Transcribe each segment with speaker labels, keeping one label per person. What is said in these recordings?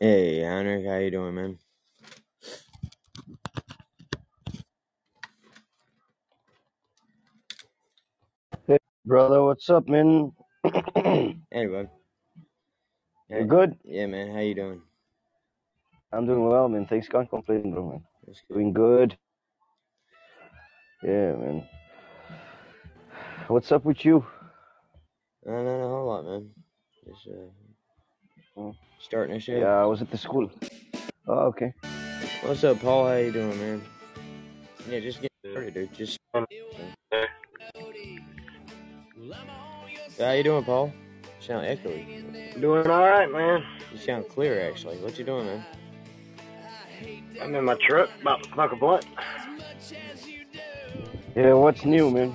Speaker 1: Hey, Hunter, how you doing, man?
Speaker 2: Hey, brother, what's up, man? you
Speaker 1: Hey, bud. Hey,
Speaker 2: good?
Speaker 1: yeah, man, how you doing?
Speaker 2: I'm doing well, man. Thanks, can't complain, bro, man.
Speaker 1: That's good.
Speaker 2: Doing good. Yeah, man. What's up with you?
Speaker 1: Uh, not a whole lot, man. Just uh,
Speaker 2: Mm,
Speaker 3: Oh.
Speaker 1: starting a show.
Speaker 2: Yeah, I was at the school. Oh, okay.
Speaker 1: What's up, Paul? How you doing, man? Yeah, just getting
Speaker 3: Yeah.
Speaker 1: started, dude. Just
Speaker 3: Kinda
Speaker 1: man.
Speaker 3: there.
Speaker 1: how you doing, Paul? You sound echoey.
Speaker 3: Doing all right, man.
Speaker 1: You sound clear, actually. What you doing, man?
Speaker 3: I'm in my truck, about to smoke a blunt.
Speaker 2: Yeah, what's new, man?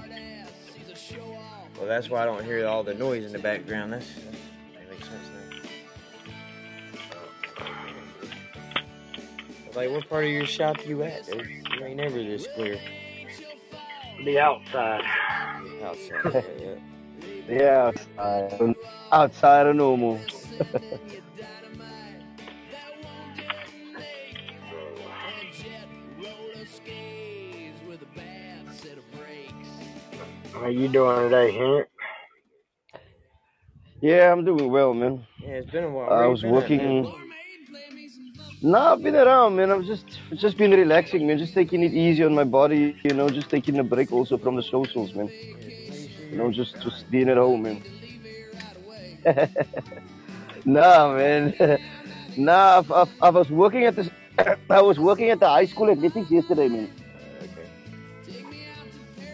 Speaker 1: Well, that's why I don't hear all the noise in the background. That's that makes sense now. Like, what part of your shop you at, dude? You ain't never this clear.
Speaker 3: The outside.
Speaker 1: Outside, yeah, yeah.
Speaker 2: Yeah, outside. Outside of normal.
Speaker 3: How you doing today, Henry?
Speaker 2: Yeah, I'm doing well, man.
Speaker 1: Yeah, it's been a while. Where
Speaker 2: I
Speaker 1: you
Speaker 2: was
Speaker 1: been at, man?
Speaker 2: working. Nah, I've been around, man. I've just just been relaxing, man. Just taking it easy on my body, you know. Just taking a break also from the socials, man.
Speaker 1: Yeah, pretty sure
Speaker 2: You
Speaker 1: you're
Speaker 2: know,
Speaker 1: in
Speaker 2: just just
Speaker 1: Chicago.
Speaker 2: being at home, man. Nah, man. nah, I, I, I was working at this. I was working at the high school athletics yesterday, man.
Speaker 1: Uh, okay.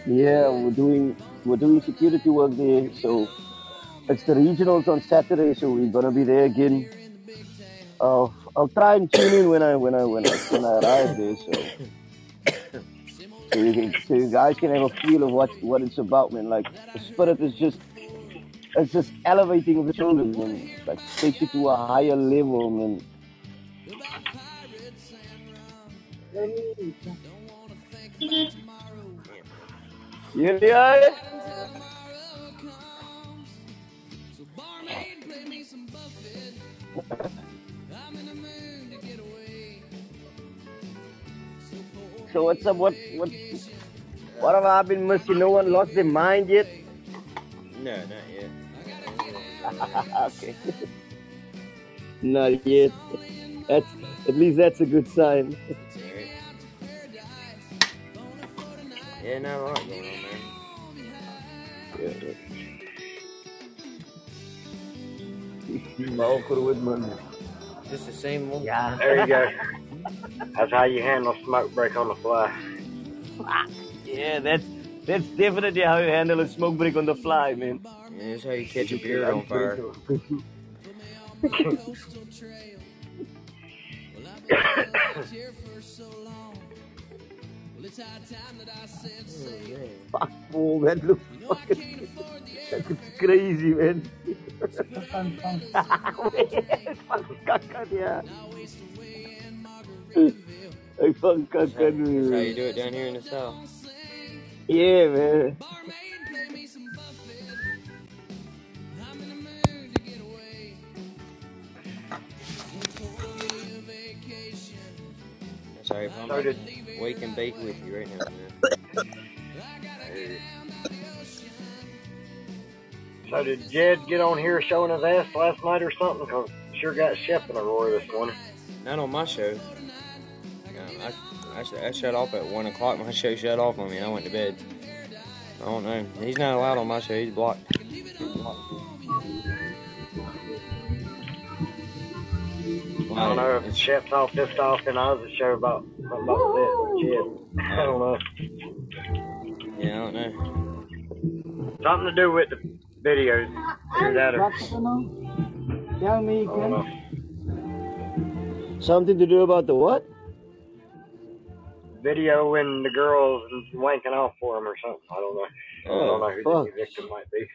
Speaker 2: Yeah, we're doing we're doing security work there. So it's the regionals on Saturday, so we're gonna be there again. I'll I'll try and tune in when I when I when I when I arrive there, so so you can so you guys can have a feel of what what it's about, man. Like the spirit is just it's just elevating the children, man. Like takes you to a higher level, man.
Speaker 1: Yeah, man.
Speaker 2: You know? So what's up? What what what have I been missing? No one lost their mind yet.
Speaker 1: No, not yet. I ain't got nothing going on.
Speaker 2: Ah, okay. Not yet. That's at least that's a good sign.
Speaker 1: Right? Yeah, not a lot going on, man.
Speaker 2: Yeah. Mal kurwet man.
Speaker 1: Just the same one.
Speaker 2: Yeah.
Speaker 3: There you go. That's how you handle smoke break on the fly.
Speaker 2: Yeah, that's that's definitely how you handle a smoke break on the fly, man.
Speaker 1: Yeah, that's how you
Speaker 2: Get
Speaker 1: catch a
Speaker 2: your kid
Speaker 1: beard on fire.
Speaker 2: unfriendly.
Speaker 1: Oh man.
Speaker 2: Fuck, Paul, that looks fucking. Oh, That looks crazy, man. fucking kakkad, yeah. I fucking
Speaker 1: That's how
Speaker 2: kakkad,
Speaker 1: that's how
Speaker 2: man.
Speaker 1: you do it down here in the south.
Speaker 2: Yeah, man.
Speaker 1: That's how if I'm
Speaker 3: So
Speaker 1: at
Speaker 3: did
Speaker 1: the wake and bake with you right now, man.
Speaker 3: hey, so did Jed get on here showing his ass last night or something? 'Cause sure got Shep in a roar this morning.
Speaker 1: Not on my show. Um, I, I sh- I shut off at one o'clock. My show shut off on me, and I went to bed. I don't know. He's not allowed on my show. He's blocked.
Speaker 3: I don't
Speaker 1: Why?
Speaker 3: know if
Speaker 1: It's
Speaker 3: Shep's all pissed off and I was at show about something about that and Jed. I
Speaker 1: oh
Speaker 3: don't know.
Speaker 1: yeah. I don't know.
Speaker 3: Something to do with the videos. Either that or I don't know.
Speaker 2: Something to do about the what?
Speaker 3: video when the girls wanking off for him or something. I don't know. I don't
Speaker 1: Oh
Speaker 2: Oh,
Speaker 3: know who the
Speaker 2: fuck.
Speaker 3: new victim might be.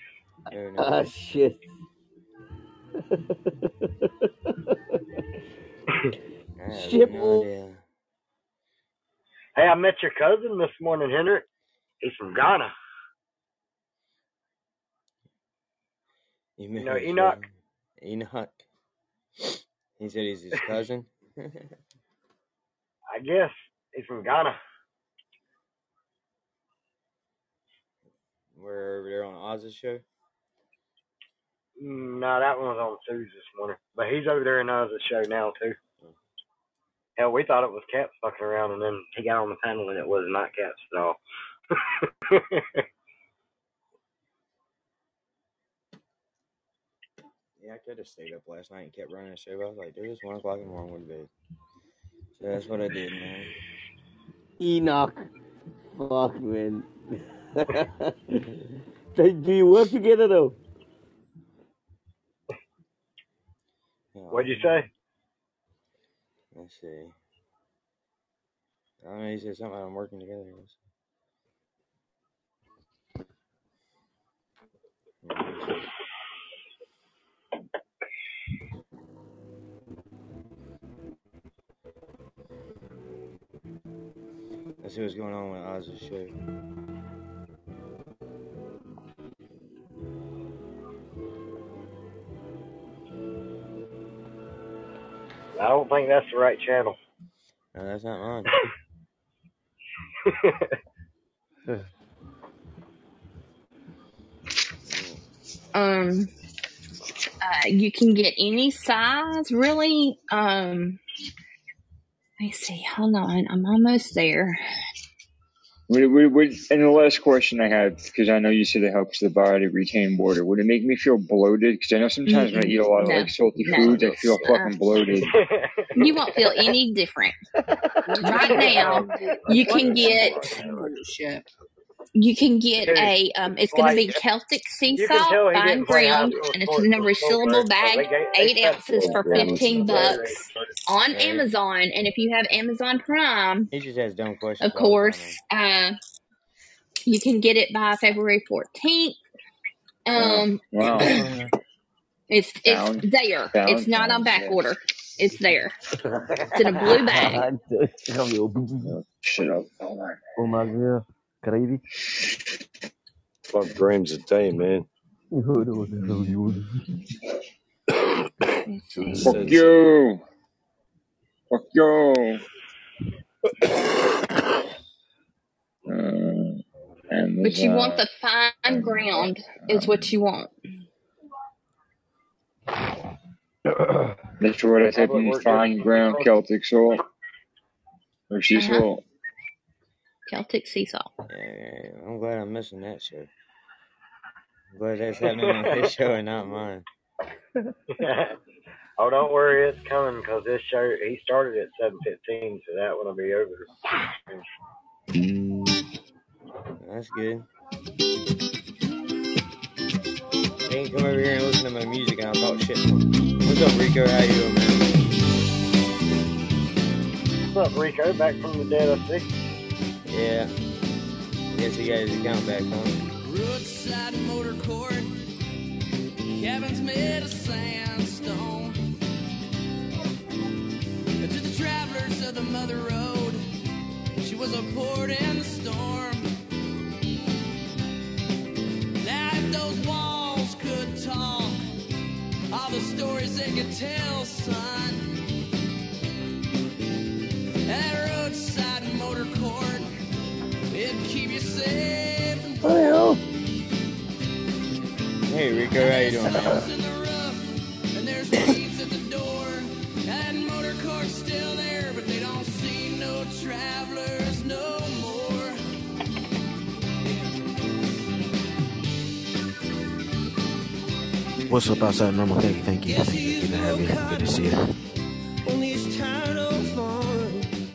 Speaker 1: no, no
Speaker 2: Ah,
Speaker 1: idea.
Speaker 2: shit.
Speaker 1: I have
Speaker 2: Shit,
Speaker 1: no
Speaker 2: Paul.
Speaker 1: idea.
Speaker 3: Hey, I met your cousin this morning, Henrik. He's from Ghana.
Speaker 1: You
Speaker 3: You
Speaker 1: met
Speaker 3: know
Speaker 1: my
Speaker 3: Enoch?
Speaker 1: cousin Enoch. He said he's his cousin.
Speaker 3: I guess he's from Ghana.
Speaker 1: We're over there on Oz's show.
Speaker 3: No, Mm, that one was on Sue's this morning. But he's over there in Oz's show now, too. Hell, we thought it was Caps fucking around, and then he got on the panel, and it was not Caps at all.
Speaker 1: Yeah, I could have stayed up last night and kept running the show. but I was like, dude, it's one o'clock in the morning with bed. So that's what I did, man.
Speaker 2: Enoch. Fuck, man. they, do you work together, though?
Speaker 1: Yeah,
Speaker 3: What'd you say?
Speaker 1: Let's see. I don't know. He said something. I'm working together. Let's see. Yeah, let's see. Let's see what's going on with Oz's show.
Speaker 3: I don't think that's the right channel.
Speaker 1: No, that's not mine.
Speaker 4: Um, uh, you can get any size, really. Um, let me see. Hold on, I'm almost there.
Speaker 5: Would, would, would, and the last question I had, because I know you said it helps the body retain water, would it make me feel bloated? Because I know sometimes when I eat a lot of
Speaker 4: No,
Speaker 5: like salty
Speaker 4: no.
Speaker 5: foods, I feel fucking bloated.
Speaker 4: You won't feel any different right now. You can get
Speaker 6: Shit.
Speaker 4: you can get
Speaker 3: Dude,
Speaker 4: a um, it's going to
Speaker 3: like,
Speaker 4: be Celtic sea
Speaker 3: you can
Speaker 4: salt,
Speaker 3: tell he
Speaker 4: fine
Speaker 3: didn't play high
Speaker 4: ground,
Speaker 3: school
Speaker 4: and it's
Speaker 3: sports
Speaker 4: in a
Speaker 3: till twelfth grade
Speaker 4: resealable
Speaker 3: 'cause
Speaker 4: bag,
Speaker 3: they gave they
Speaker 4: eight
Speaker 3: tested
Speaker 4: ounces
Speaker 3: him
Speaker 4: for
Speaker 3: for it
Speaker 4: fifteen
Speaker 3: in twelfth grade.
Speaker 4: bucks on
Speaker 1: Right?
Speaker 4: Amazon. And if you have Amazon Prime,
Speaker 1: He just has dumb questions
Speaker 4: of
Speaker 1: all the time.
Speaker 4: course, uh, you can get it by February fourteenth.
Speaker 5: Wow.
Speaker 4: Um,
Speaker 5: Wow.
Speaker 1: man.
Speaker 4: it's it's
Speaker 5: Sound,
Speaker 4: there. It's
Speaker 5: sound,
Speaker 4: not on
Speaker 5: sound,
Speaker 4: back
Speaker 5: yeah.
Speaker 4: order. It's there. It's in a blue bag.
Speaker 5: Oh, Shut up. Oh my.
Speaker 2: oh, my God. Crazy.
Speaker 7: Five grams a day, man.
Speaker 4: Let's
Speaker 7: Good
Speaker 4: see.
Speaker 5: Fuck
Speaker 7: sense.
Speaker 5: you. Fuck you. Uh,
Speaker 4: But you want
Speaker 5: Amazon.
Speaker 4: the fine ground is what you want.
Speaker 5: That's what I said.
Speaker 3: Public work doesn't
Speaker 5: Fine ground Celtic salt or sea
Speaker 4: Uh huh.
Speaker 5: salt.
Speaker 4: Celtic sea salt.
Speaker 1: Yeah, I'm glad I'm missing that show. I'm glad that's happening on his show and not mine.
Speaker 3: oh, don't worry, it's coming because this show he started at seven fifteen, so that one'll be over.
Speaker 1: That's good. They can come over here and listen to my music and I'll talk shit to 'em. What's up, Rico? How you doing, man?
Speaker 3: What's up, Rico? Back from the dead, I think.
Speaker 1: Yeah. Yes, he got his account back on.
Speaker 6: Roadside motor court. Cabins made of sandstone. To the travelers of the mother road, she was a port in the storm. Now if those walls could talk, all the stories they could tell, son. That roadside motor court, it'd keep you safe and warm.
Speaker 2: Hello.
Speaker 1: Hey, Rico.
Speaker 6: And
Speaker 1: How
Speaker 6: there's
Speaker 1: you doing, man?
Speaker 6: holes in the roof, and there's weeds at the door. And motor court's still there, but they don't see no travelers no more.
Speaker 8: What's up outside normal? Thank you, thank you,
Speaker 6: Guess
Speaker 8: thank you,
Speaker 6: he's
Speaker 8: thank you to
Speaker 6: no
Speaker 8: have me. Good to see you.
Speaker 6: cotton, only he's tired of farming.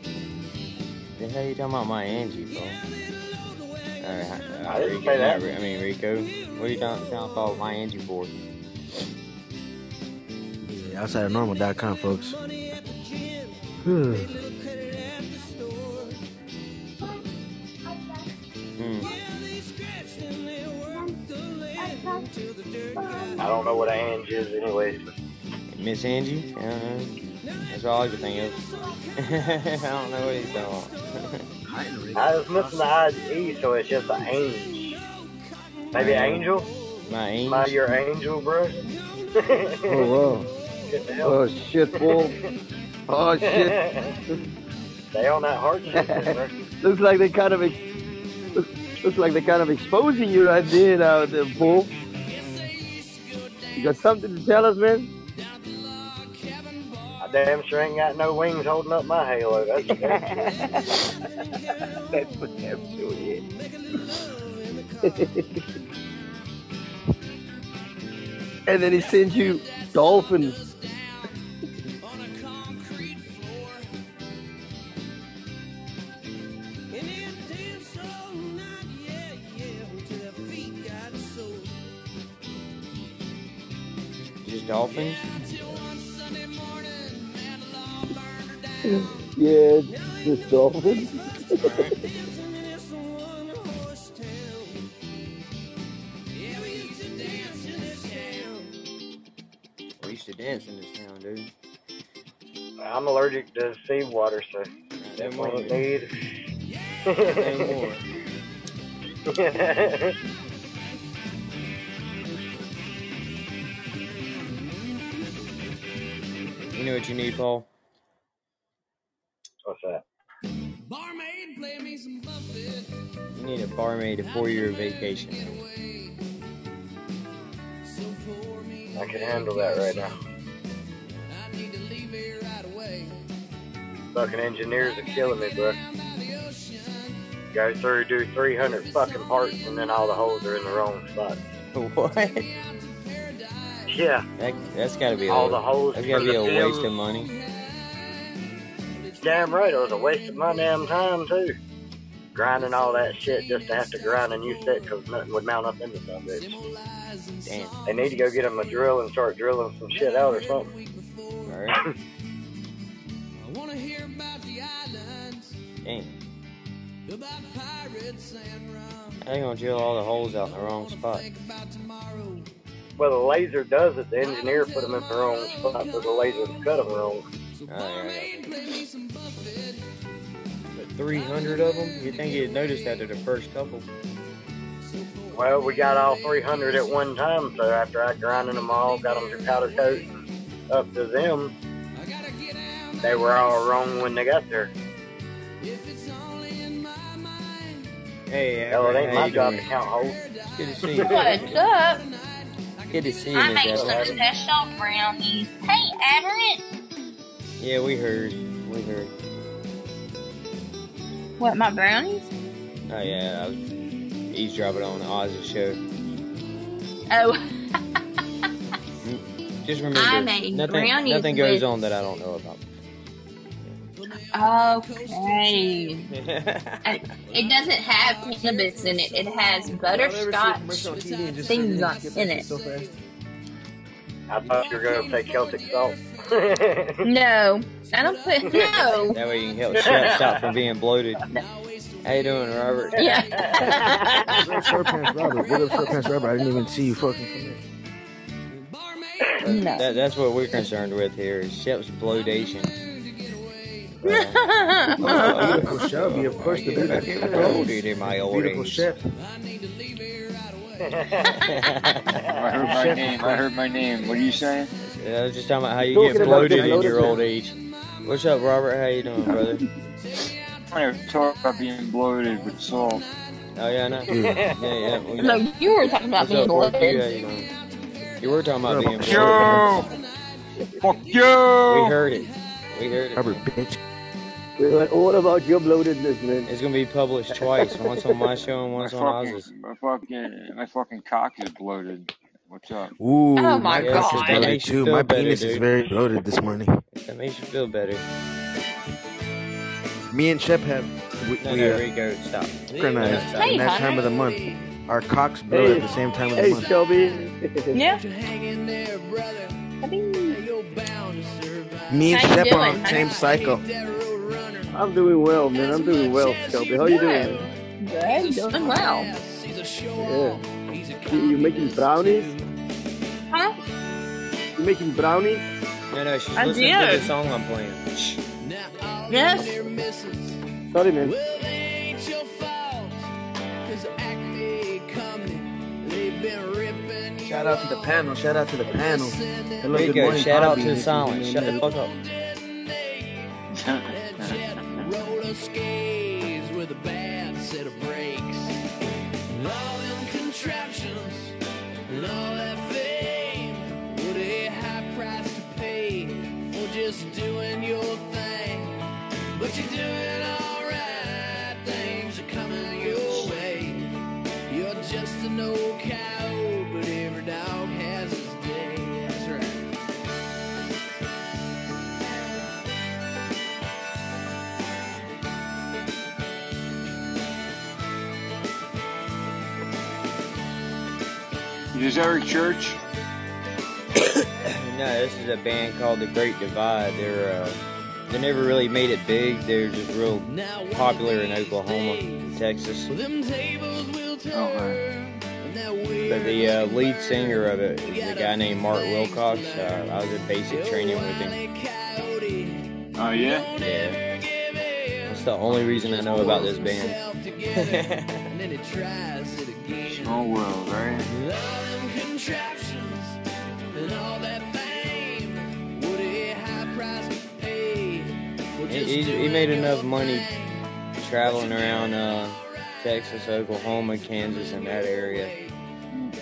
Speaker 1: The hell you talking about my Angie, bro?
Speaker 6: Yeah, little old
Speaker 1: All right,
Speaker 6: wagon
Speaker 1: uh,
Speaker 3: I didn't
Speaker 1: Rico,
Speaker 3: say
Speaker 1: not
Speaker 3: that.
Speaker 1: Ri- I mean Rico. What are you talking about all my Angie for?
Speaker 8: Yeah, outside of normal.com, folks.
Speaker 6: money at the gym,
Speaker 8: Hmm.
Speaker 6: big little credit at the store.
Speaker 1: Hmm.
Speaker 6: Yeah, they scratched and they worked the land until the dirt got
Speaker 3: I don't know what Ange is, anyways.
Speaker 1: Miss Angie? I don't know. That's all I can think of. I don't know what he's talking about.
Speaker 8: I ain't really
Speaker 3: I
Speaker 8: got
Speaker 3: was missing the
Speaker 8: process.
Speaker 3: I and E, so it's just an Ange. Maybe
Speaker 1: I know.
Speaker 3: Angel?
Speaker 1: My
Speaker 3: My
Speaker 1: Angie?
Speaker 3: your angel, bro.
Speaker 2: Oh, wow.
Speaker 3: shit to hell.
Speaker 2: Oh shit, Paul. Oh shit.
Speaker 3: they on that hard shit, bro.
Speaker 2: Looks like they kind of ex- looks, looks like they kind of exposing you right there now, there, Paul. You got something to tell us, man?
Speaker 3: I damn sure ain't got no wings holding up my halo. That's for damn sure.
Speaker 2: That's what I'm doing. And then he sends you dolphins.
Speaker 1: Just dolphins?
Speaker 2: Yeah, just dolphins.
Speaker 1: Alright. We used to dance in this town, dude.
Speaker 3: I'm allergic to seawater, so
Speaker 1: No
Speaker 3: that
Speaker 1: more.
Speaker 3: won't
Speaker 1: dude.
Speaker 3: need.
Speaker 1: No more. You know what you need, Paul?
Speaker 3: What's that?
Speaker 6: Barmaid, play me some Buffett.
Speaker 1: You need a barmaid to four year vacation.
Speaker 6: So pour me
Speaker 3: I can handle that right now.
Speaker 6: I need to leave here right away.
Speaker 3: Fucking engineers are killing me, bro. Go through, do 300 fucking parts, and then all the holes are in the wrong spot.
Speaker 1: what? That,
Speaker 3: Yeah,
Speaker 1: that's gotta be a,
Speaker 3: all the holes
Speaker 1: that's
Speaker 3: for
Speaker 1: gotta be a
Speaker 3: the
Speaker 1: waste of
Speaker 3: film.
Speaker 1: money.
Speaker 3: Damn right, it was a waste of my damn time, too. Grinding all that shit just to have to grind a new set because nothing would mount up into that bitch.
Speaker 1: Damn.
Speaker 3: They need to go get them a drill and start drilling some shit out or something.
Speaker 1: Alright.
Speaker 6: I want to hear about the islands,
Speaker 1: Damn.
Speaker 6: about pirates and rum.
Speaker 1: I ain't gonna drill all the holes out in the wrong spot.
Speaker 6: Think about tomorrow.
Speaker 3: Well, the laser does it. The engineer put them in the wrong spot, so the laser cut them wrong.
Speaker 6: So
Speaker 1: Oh, yeah, I got
Speaker 6: barmaid, play me some Buffett.
Speaker 1: But 300 of them? You'd think you'd notice after the first couple.
Speaker 3: Well, we got all 300 at one time, so after I grinded them all, got them to powder coat and up to them,
Speaker 6: I gotta get out.
Speaker 3: they were all wrong when they got there.
Speaker 6: If it's only in my mind.
Speaker 1: Hey,
Speaker 3: Hell, it
Speaker 1: Everett,
Speaker 3: ain't
Speaker 1: how
Speaker 3: my
Speaker 1: you
Speaker 3: job
Speaker 1: doing?
Speaker 3: to count holes.
Speaker 1: Good to see you.
Speaker 4: What's up?
Speaker 1: Good to see you,
Speaker 4: I
Speaker 1: Miss
Speaker 4: made
Speaker 1: Everett.
Speaker 4: some
Speaker 3: Everett.
Speaker 4: special brownies. Hey, Everett.
Speaker 1: Yeah, we heard. We heard.
Speaker 4: What, my brownies?
Speaker 1: Oh, yeah, I was eavesdropping on Oz's show.
Speaker 4: Oh,
Speaker 1: Just
Speaker 4: I
Speaker 1: remember,
Speaker 4: made
Speaker 1: nothing
Speaker 4: brownies
Speaker 1: nothing goes
Speaker 4: with.
Speaker 1: on that I don't know about.
Speaker 4: Oh, Okay. I- It doesn't have cannabis in it. It has
Speaker 9: Y'all ever see a
Speaker 4: butterscotch
Speaker 9: commercial on TV and just sit
Speaker 4: things
Speaker 9: there and
Speaker 4: on,
Speaker 9: skip
Speaker 4: in
Speaker 9: that shit
Speaker 4: it.
Speaker 9: so fast?
Speaker 3: I thought you were going to say Celtic salt.
Speaker 4: No, I don't put no.
Speaker 1: that way you can help Shep stop from being bloated. How you doing, Robert?
Speaker 4: Yeah.
Speaker 8: What up, short pants Robert? What up, short pants Robert? I didn't even see you fucking come in.
Speaker 4: no.
Speaker 1: That, that's what we're concerned with here is Shep's bloatation. Uh,
Speaker 8: That's the
Speaker 4: I
Speaker 8: beautiful Shelby, of course, the beautiful,
Speaker 1: how old are you, my
Speaker 8: the
Speaker 1: old
Speaker 8: beautiful
Speaker 1: age?
Speaker 8: Shep.
Speaker 5: I heard my
Speaker 8: Chef,
Speaker 5: name. I
Speaker 8: of course.
Speaker 5: heard my name. What are you saying?
Speaker 1: Yeah, I was just talking about how you
Speaker 2: Talking
Speaker 1: get
Speaker 2: about
Speaker 1: bloated
Speaker 2: getting
Speaker 1: in
Speaker 2: bloated,
Speaker 1: your old
Speaker 2: man.
Speaker 1: age. What's up, Robert? How you doing, brother?
Speaker 5: I never talked about being bloated with salt.
Speaker 1: Oh yeah, I know.
Speaker 8: Yeah.
Speaker 1: Yeah, yeah, we know.
Speaker 4: no, you were talking about
Speaker 1: What's
Speaker 4: being
Speaker 1: up, Fork Q?
Speaker 4: bloated.
Speaker 1: How you doing? You were talking
Speaker 8: What
Speaker 1: about
Speaker 8: up,
Speaker 1: being
Speaker 5: Fuck
Speaker 8: short
Speaker 1: bloated.
Speaker 8: pants?
Speaker 5: you! Fuck
Speaker 1: We
Speaker 5: you!
Speaker 1: heard it. We heard it,
Speaker 8: Robert,
Speaker 1: man.
Speaker 8: bitch.
Speaker 2: We heard all about your bloatedness, man.
Speaker 1: It's gonna be published twice, once on my show and
Speaker 5: My
Speaker 1: once on
Speaker 5: fucking,
Speaker 1: Oz's.
Speaker 5: my fucking, my fucking cock is bloated. What's up?
Speaker 4: Oh
Speaker 8: Ooh,
Speaker 4: my
Speaker 8: my
Speaker 1: Yeah,
Speaker 8: cock
Speaker 1: if
Speaker 8: is
Speaker 4: god.
Speaker 1: that
Speaker 8: bloated
Speaker 1: makes you
Speaker 8: too. My
Speaker 1: feel better,
Speaker 8: penis is
Speaker 1: dude.
Speaker 8: very bloated this morning.
Speaker 1: If that makes you feel better.
Speaker 8: Me and Shep have we,
Speaker 1: No,
Speaker 8: we
Speaker 1: no,
Speaker 8: uh,
Speaker 1: Rico, stop. No, no,
Speaker 8: synchronized
Speaker 1: stop.
Speaker 8: in
Speaker 4: Hey,
Speaker 8: that
Speaker 4: honey.
Speaker 8: time of the month. Our cocks blow at
Speaker 2: Hey,
Speaker 8: the same time of the
Speaker 2: hey,
Speaker 8: month.
Speaker 2: Shelby.
Speaker 4: Yeah.
Speaker 8: Me and
Speaker 4: How you
Speaker 8: Shep on
Speaker 4: doing,
Speaker 8: the
Speaker 4: honey?
Speaker 8: same cycle.
Speaker 2: I'm doing well, man. I'm doing well, Shelby. How you doing,
Speaker 4: Good.
Speaker 2: man?
Speaker 4: Good. Doing well.
Speaker 2: Yeah. You, you making brownies?
Speaker 4: Huh?
Speaker 2: You making brownies?
Speaker 1: No, no, she's
Speaker 4: I
Speaker 1: listening to the
Speaker 4: did.
Speaker 1: song I'm playing. Shh.
Speaker 4: Yes.
Speaker 2: Sorry, man.
Speaker 1: Shut
Speaker 8: Shout out to the panel. Shout out to the panel. Hello,
Speaker 1: Rico,
Speaker 8: good morning,
Speaker 1: shout out
Speaker 8: Bobby.
Speaker 1: to silence. Shut the fuck up.
Speaker 6: Roller skates with a bad set of brakes. And all them contraptions and all that fame. What a high price to pay for just doing your thing. But you're doing alright, things are coming your way. You're just an old cow, but every dog has his day. That's right.
Speaker 5: Is this Eric Church?
Speaker 1: No, this is a band called The Great Divide. They're uh, they never really made it big. They're just real popular in Oklahoma, and Texas.
Speaker 5: Oh,
Speaker 1: But the uh, lead singer of it is a guy named Mark Wilcox. Uh, I was in basic training with him.
Speaker 5: Oh yeah.
Speaker 1: Yeah, that's the only reason I know about this band.
Speaker 6: And then it tries it again.
Speaker 5: Small world,
Speaker 6: All
Speaker 5: right?
Speaker 6: them contraptions and all that fame. What a high price to pay. for
Speaker 1: he,
Speaker 6: just
Speaker 1: he, he
Speaker 6: doing
Speaker 1: made
Speaker 6: your
Speaker 1: enough money
Speaker 6: thing.
Speaker 1: traveling around uh, Texas, Oklahoma, Kansas, and that area.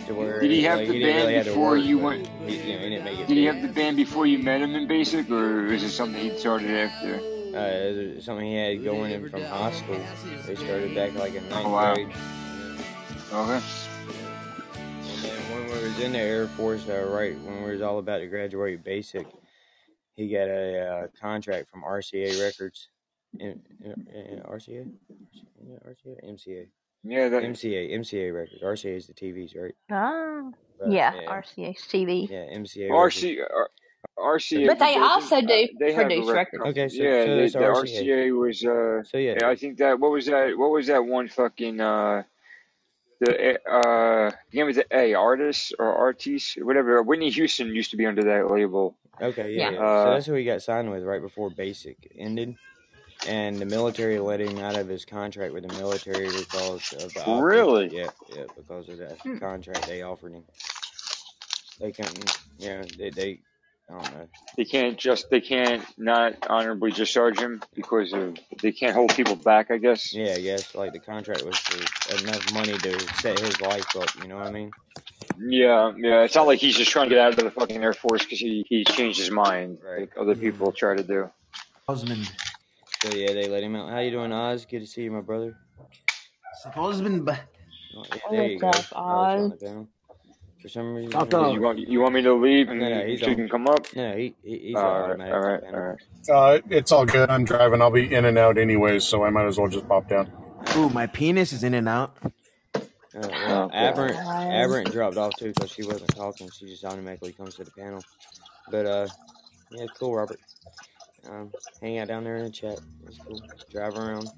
Speaker 1: To where
Speaker 5: Did he have
Speaker 1: like,
Speaker 5: the
Speaker 1: didn't
Speaker 5: band
Speaker 1: really have to
Speaker 5: before
Speaker 1: work,
Speaker 5: you
Speaker 1: but
Speaker 5: went-
Speaker 1: He, you know, he didn't make it.
Speaker 5: Did he
Speaker 1: big.
Speaker 5: have the band before you met him in basic, or is it something he started after?
Speaker 1: Uh, it was something he had going in from high school. They started back like in ninth
Speaker 5: Oh, wow.
Speaker 1: grade.
Speaker 5: Okay.
Speaker 1: And then when we was in the Air Force, uh, right when we was all about to graduate basic, he got a uh, contract from RCA Records. In, in, in RCA? Yeah, RCA? MCA.
Speaker 5: Yeah, that,
Speaker 1: MCA. MCA Records. RCA is the TVs, right?
Speaker 4: Oh,
Speaker 1: But,
Speaker 4: yeah,
Speaker 1: Yeah,
Speaker 4: RCH TV.
Speaker 1: yeah MCA Records.
Speaker 5: RC, R- RCA.
Speaker 4: But they
Speaker 5: doesn't-
Speaker 4: also do
Speaker 5: they have a
Speaker 4: produce records.
Speaker 5: record company.
Speaker 1: Okay, so-
Speaker 5: yeah,
Speaker 1: so
Speaker 5: they,
Speaker 1: it's
Speaker 5: the
Speaker 1: RCA.
Speaker 5: RCA was. Uh,
Speaker 1: So yeah,
Speaker 5: I think that what was that? What was that one fucking? Uh, the uh, the name was the A artist or artiste, whatever. Whitney Houston used to be under that label.
Speaker 1: Okay,
Speaker 4: Yeah.
Speaker 1: yeah, yeah. So
Speaker 5: Uh,
Speaker 1: that's who he got signed with right before basic ended, and the military let him out of his contract with the military because of the offer.
Speaker 5: Really?
Speaker 1: Yeah, yeah, because of that
Speaker 4: Hmm.
Speaker 1: contract they offered him. They couldn't, you know, they, they I don't know.
Speaker 5: they can't just they can't not honorably discharge him because of they can't hold people back. I guess.
Speaker 1: Yeah, I guess like the contract was for enough money to set his life up. You know what I mean?
Speaker 5: Yeah, yeah. It's not like he's just trying to get out of the fucking Air Force because he, he changed his mind,
Speaker 1: Right. Mm-hmm.
Speaker 5: like other people try to do.
Speaker 8: Husband.
Speaker 1: So yeah, they let him out. How you doing, Oz? Good to see you, my brother.
Speaker 8: Husband.
Speaker 1: Oh, yeah,
Speaker 4: Oh,
Speaker 1: there you
Speaker 4: what's
Speaker 1: go.
Speaker 4: up,
Speaker 1: I was on
Speaker 4: Oz?
Speaker 1: the panel. For some reason,
Speaker 8: Stop
Speaker 5: Did
Speaker 8: Oh.
Speaker 5: you want you want me to leave and
Speaker 1: No, no, he's
Speaker 5: so you
Speaker 1: on.
Speaker 5: can come up?
Speaker 1: No, he, he he's an
Speaker 5: All right, all
Speaker 1: automatic to the
Speaker 5: right, all
Speaker 1: panel.
Speaker 5: right.
Speaker 9: Uh, it's all good. I'm driving. I'll be in and out anyways, so I might as well just pop down.
Speaker 8: Ooh, my penis is in and out.
Speaker 1: Uh, well,
Speaker 5: Oh god.
Speaker 1: Aberrant,
Speaker 4: Um,
Speaker 1: Aberrant dropped off too because she wasn't talking. She just automatically comes to the panel. But uh, yeah, cool, Robert. Um, hang out down there in the chat. It's cool. Drive around.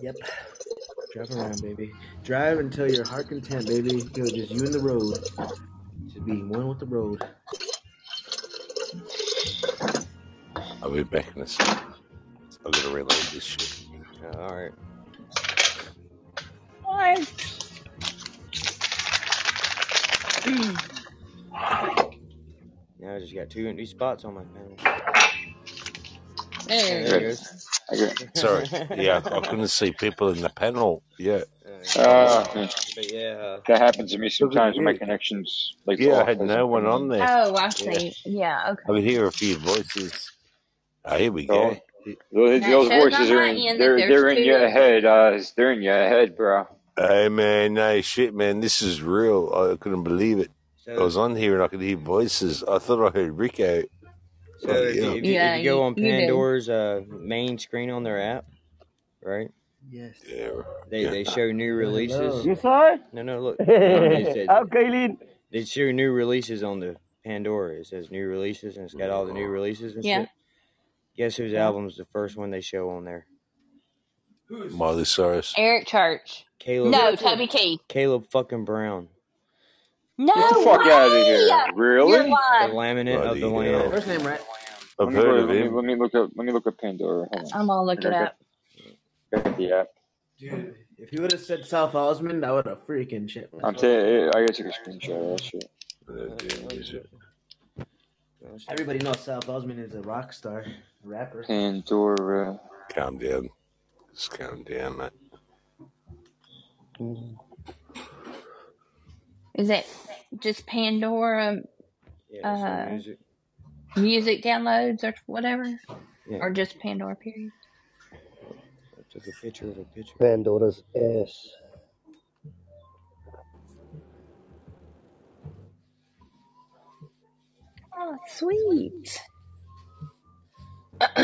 Speaker 8: Yep. Drive around, baby. Drive until you're heart content, baby. Yo, just you and the road. Just be one with the road.
Speaker 7: I'll be back in a second. I'm gonna reload this shit.
Speaker 1: Uh, all right.
Speaker 4: what?
Speaker 1: Now I just got two empty spots on my panel. Yeah,
Speaker 4: There
Speaker 1: there
Speaker 4: you go.
Speaker 5: Good.
Speaker 1: it goes.
Speaker 5: I got.
Speaker 7: Sorry. Yeah, I couldn't see people in the panel. Yeah.
Speaker 1: Uh,
Speaker 5: Uh,
Speaker 1: but yeah, uh,
Speaker 5: that happens to me
Speaker 7: Look at
Speaker 5: sometimes when my
Speaker 7: you.
Speaker 5: connections like
Speaker 7: Yeah, I
Speaker 5: off
Speaker 7: had
Speaker 5: as I'm
Speaker 7: no one
Speaker 5: coming
Speaker 7: on
Speaker 5: in.
Speaker 7: there.
Speaker 4: Oh, I
Speaker 7: Yeah.
Speaker 4: see. Yeah,
Speaker 7: I
Speaker 4: okay.
Speaker 7: could hear a few voices. Oh, here we go.
Speaker 5: So those,
Speaker 4: That
Speaker 5: those
Speaker 4: shows on
Speaker 5: voices are
Speaker 4: my
Speaker 5: in
Speaker 4: end that
Speaker 5: they're
Speaker 4: there's
Speaker 5: they're in
Speaker 4: two
Speaker 5: your
Speaker 4: of them.
Speaker 5: head. Uh, they're in your head, bro.
Speaker 7: Hey man, no shit, man. This is real. I couldn't believe it. I
Speaker 1: so
Speaker 7: was on here and I could hear voices. I thought I heard Rico.
Speaker 1: so
Speaker 7: Bloody
Speaker 1: if you,
Speaker 7: hell.
Speaker 1: if you if
Speaker 4: Yeah,
Speaker 1: you
Speaker 4: you,
Speaker 1: go on
Speaker 4: you do.
Speaker 1: Pandora's uh main screen on their app, right?
Speaker 8: Yes.
Speaker 7: Yeah.
Speaker 1: They
Speaker 7: Yeah.
Speaker 1: they show new
Speaker 8: Well,
Speaker 1: releases.
Speaker 8: hello.
Speaker 2: You saw it?
Speaker 1: No, no, look, no. They said
Speaker 2: I'm Kayleen.
Speaker 1: they show new releases on the Pandora. It says new releases and it's got all the new releases and
Speaker 4: Yeah,
Speaker 1: shit. Guess whose
Speaker 4: yeah.
Speaker 1: album's the first one they show on there?
Speaker 7: Miley Cyrus.
Speaker 4: Eric Church.
Speaker 1: Caleb,
Speaker 4: No, Toby Keith.
Speaker 1: Caleb fucking Brown.
Speaker 5: Get the
Speaker 4: No
Speaker 5: fuck out of here!
Speaker 4: way! You're
Speaker 5: Really?
Speaker 1: The
Speaker 4: lying.
Speaker 1: laminate of the
Speaker 7: Bloody
Speaker 1: land.
Speaker 7: hell.
Speaker 8: First name, right?
Speaker 7: I've
Speaker 5: Let me go.
Speaker 7: heard of
Speaker 5: Let me
Speaker 7: him.
Speaker 5: let me look up. Let me look up Pandora. Hold on.
Speaker 4: I'm gonna look
Speaker 5: Okay,
Speaker 4: it
Speaker 5: I got
Speaker 4: up.
Speaker 5: got the app.
Speaker 8: Dude, if he would have said South Osmond, I would have freaking shit
Speaker 5: I'm
Speaker 8: myself.
Speaker 5: saying I gotta take a screenshot of that shit.
Speaker 7: Uh, damn music.
Speaker 1: Oh,
Speaker 8: Everybody knows South Osmond is a rock star, a rapper.
Speaker 5: Pandora.
Speaker 7: Calm down. Just calm down, mate.
Speaker 4: Is it just Pandora
Speaker 1: Yeah, it's
Speaker 4: Uh,
Speaker 1: the music.
Speaker 4: music downloads or whatever?
Speaker 1: Yeah,
Speaker 4: Or just Pandora period?
Speaker 1: I took a picture of a picture.
Speaker 2: Pandora's ass.
Speaker 4: Oh, sweet. What's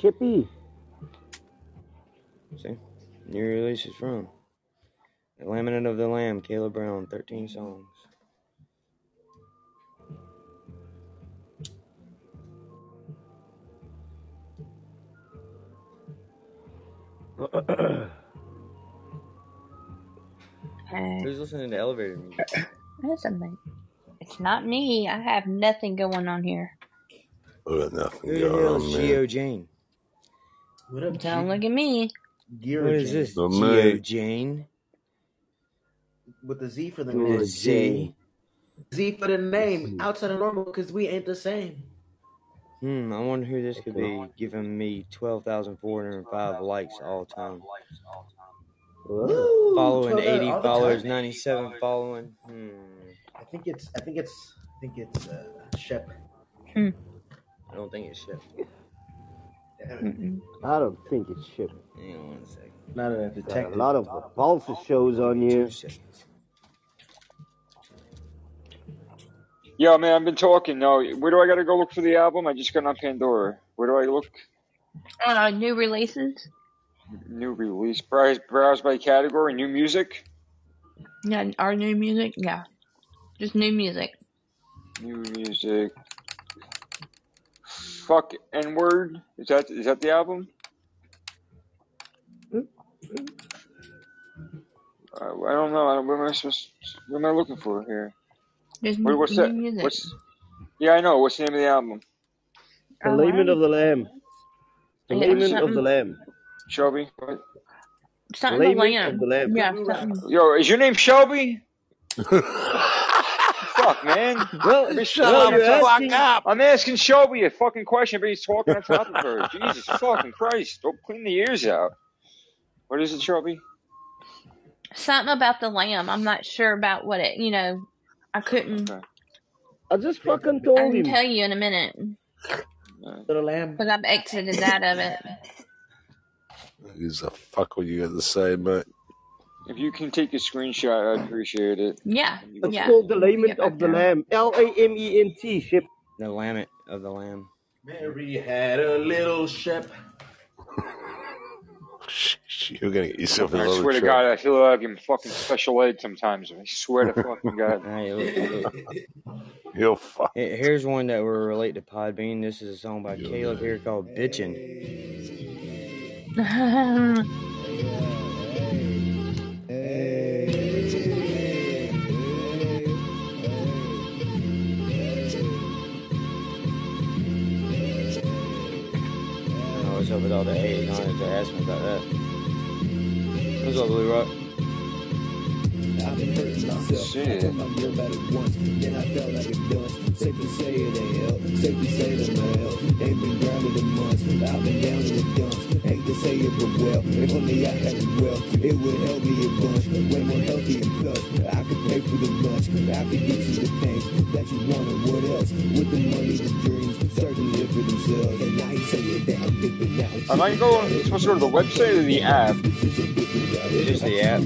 Speaker 2: Shippy.
Speaker 1: See, new release is from The Laminate of the Lamb, Caleb Brown, thirteen songs. Who's listening to elevator music?
Speaker 4: amazing. It's not me. I have nothing going on here.
Speaker 7: We got nothing
Speaker 1: Who the
Speaker 7: going
Speaker 1: hell is
Speaker 7: on, man.
Speaker 1: Geo Jane?
Speaker 8: What up,
Speaker 4: Don't
Speaker 8: G?
Speaker 4: look at me.
Speaker 8: Gear
Speaker 1: What is
Speaker 8: Jane.
Speaker 1: this,
Speaker 7: The
Speaker 1: Geo
Speaker 7: mate.
Speaker 1: Jane?
Speaker 8: With the Z for the
Speaker 1: With a
Speaker 2: Geo
Speaker 8: name.
Speaker 1: Z?
Speaker 2: Jane.
Speaker 8: Z for the name.
Speaker 2: Z.
Speaker 8: Outside of normal, because we ain't the same.
Speaker 1: Hmm, I wonder who this could
Speaker 2: Okay.
Speaker 1: be, giving me 12,405 likes all time.
Speaker 2: Whoa.
Speaker 8: Woo!
Speaker 1: Following
Speaker 8: 12 out
Speaker 1: 80
Speaker 8: of all the time.
Speaker 1: followers, 97 following. Hmm,
Speaker 8: I think it's, I think it's, I think it's, uh, Shep.
Speaker 4: Hmm.
Speaker 1: I don't think it's Shep.
Speaker 8: Damn it.
Speaker 4: Mm-mm.
Speaker 2: I don't think it's shipping.
Speaker 1: Hang on one second.
Speaker 8: Not a
Speaker 2: Got a
Speaker 8: detective.
Speaker 2: lot of repulsive shows on
Speaker 1: Two
Speaker 2: here.
Speaker 1: seconds.
Speaker 5: Yeah, man, I've been talking. No, where do I gotta go look for the album? I just got on Pandora. Where do I look?
Speaker 4: Uh, new releases?
Speaker 5: New release. Browse, browse by category. New music.
Speaker 4: Yeah, our new music? Yeah, just new music.
Speaker 5: New music. Fuck N word. Is that is that the album? Uh, I don't know. I don't, what am I supposed? What am I looking for here?
Speaker 4: Just
Speaker 5: What,
Speaker 4: n-
Speaker 5: what's
Speaker 4: new
Speaker 5: that?
Speaker 4: music.
Speaker 5: What's? Yeah, I know. What's the name of the album?
Speaker 2: The
Speaker 4: Oh, I
Speaker 2: layman
Speaker 4: don't
Speaker 2: of the lamb. The
Speaker 4: Yeah,
Speaker 5: What is
Speaker 2: layman
Speaker 5: it?
Speaker 2: of the
Speaker 4: something,
Speaker 2: lamb.
Speaker 5: Shelby. What?
Speaker 2: The
Speaker 4: something the
Speaker 2: layman of
Speaker 4: lamb.
Speaker 2: the lamb.
Speaker 4: Yeah,
Speaker 8: Cuckoo rock.
Speaker 4: something.
Speaker 5: Yo, is your name Shelby? Fuck, man.
Speaker 2: Well,
Speaker 5: Everybody's
Speaker 7: Shut
Speaker 2: well,
Speaker 7: the
Speaker 5: talking on
Speaker 2: you're
Speaker 5: top.
Speaker 7: fuck
Speaker 2: asking.
Speaker 7: up!
Speaker 5: I'm asking Shelby a fucking question, but he's talking on top of her. Jesus fucking Christ. Don't clean the ears out. What is it, Shelby?
Speaker 4: Something about the lamb. I'm not sure about what it, you know, I couldn't,
Speaker 5: Okay.
Speaker 2: I just
Speaker 8: Praise of
Speaker 2: fucking
Speaker 8: the
Speaker 4: I
Speaker 2: told
Speaker 4: can
Speaker 2: him.
Speaker 4: tell you in a minute
Speaker 5: Alright.
Speaker 8: little lamb.
Speaker 4: because I've exited out of it.
Speaker 7: Who's the fuck were you going to say, mate?
Speaker 5: If you can take a screenshot, I appreciate it.
Speaker 4: Yeah,
Speaker 5: Let me go
Speaker 2: It's
Speaker 4: yeah.
Speaker 5: through
Speaker 2: called the
Speaker 5: the.
Speaker 4: Let me
Speaker 2: layman
Speaker 4: get back
Speaker 2: of the
Speaker 4: there.
Speaker 2: lamb. L A M E N T. Ship.
Speaker 1: The Laminate of the Lamb.
Speaker 8: Mary had a little Shep.
Speaker 7: You're going to get yourself a
Speaker 5: I
Speaker 7: lot of
Speaker 5: swear to
Speaker 7: trouble.
Speaker 5: God, I feel like I'm fucking special ed sometimes. I swear to fucking God.
Speaker 1: All right, look, look.
Speaker 7: You're fucked.
Speaker 1: Here- Here's one that will relate to Podbean. This is a song by
Speaker 7: You're
Speaker 1: Caleb
Speaker 7: going
Speaker 1: here called Bitchin'.
Speaker 4: Oh,
Speaker 1: I don't know what's up with all the A's. I don't have to ask me about that. What's up, Blue Rock?
Speaker 6: I've been hurting myself. I
Speaker 5: Shit.
Speaker 6: told my girl about it once, then I felt like a dunce. Safe to say it ain't help, safe to say that my health ain't been grounded in months. I've been down in the dumps, hate to say it, but well, if only I had the wealth, it would help me a bunch. Way more healthy and plus, I could pay for the lunch, I could get you the things that you wanted. What else? With the money, the dreams, certain live for themselves. And I ain't saying that I'm dipping out.
Speaker 5: Am I going, supposed to go to the website or the app?
Speaker 1: Just the app.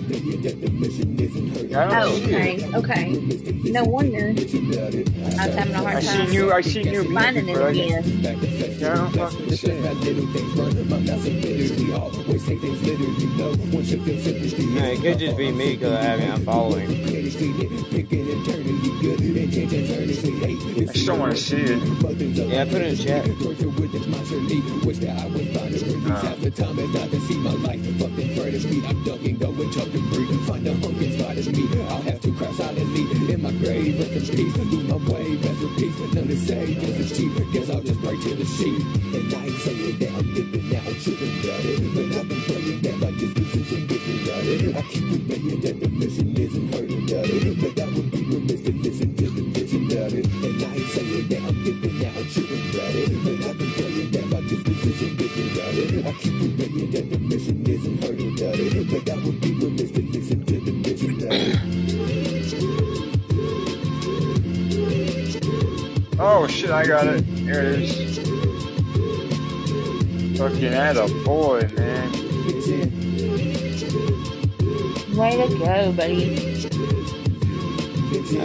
Speaker 5: Yeah, I don't
Speaker 4: oh,
Speaker 5: see it.
Speaker 4: okay, okay. No wonder I was having a
Speaker 5: I
Speaker 4: hard
Speaker 5: see
Speaker 4: time
Speaker 5: new, I see new music,
Speaker 4: finding it
Speaker 5: but I,
Speaker 4: again.
Speaker 5: yeah, I don't fucking see it.
Speaker 1: No, it could just be me because I haven't. I'm following.
Speaker 5: I still want to see it.
Speaker 1: Yeah, I put it in the chat.
Speaker 6: It's my journey. Wish that I would find a release
Speaker 9: Uh,
Speaker 6: after time and I can see my life. Fucking furnace beat. I'm dunking, going tuck and breathe. Find a hunk inside of me. I'll have to crash out and leave in my grave. Rest in peace. Lose my way. Best in peace. None to say. Cause it's cheap. Guess I'll just break to the sheet. And I ain't saying that I'm dipping out. Tripping dirty. But I've been praying that my disposition gets dirty. I keep debating that the mission isn't hurting dirty. But that would be remiss to listen to the vision dirty. And I ain't saying that I'm dipping out. Tripping dirty. But I've been praying that my disposition gets dirty. I keep debating that the mission isn't hurting dirty. But that would be remiss to listen to the vision dirty.
Speaker 5: Oh shit, I got it. Here it is. Fucking atta boy, man.
Speaker 4: Way to go, buddy.
Speaker 1: I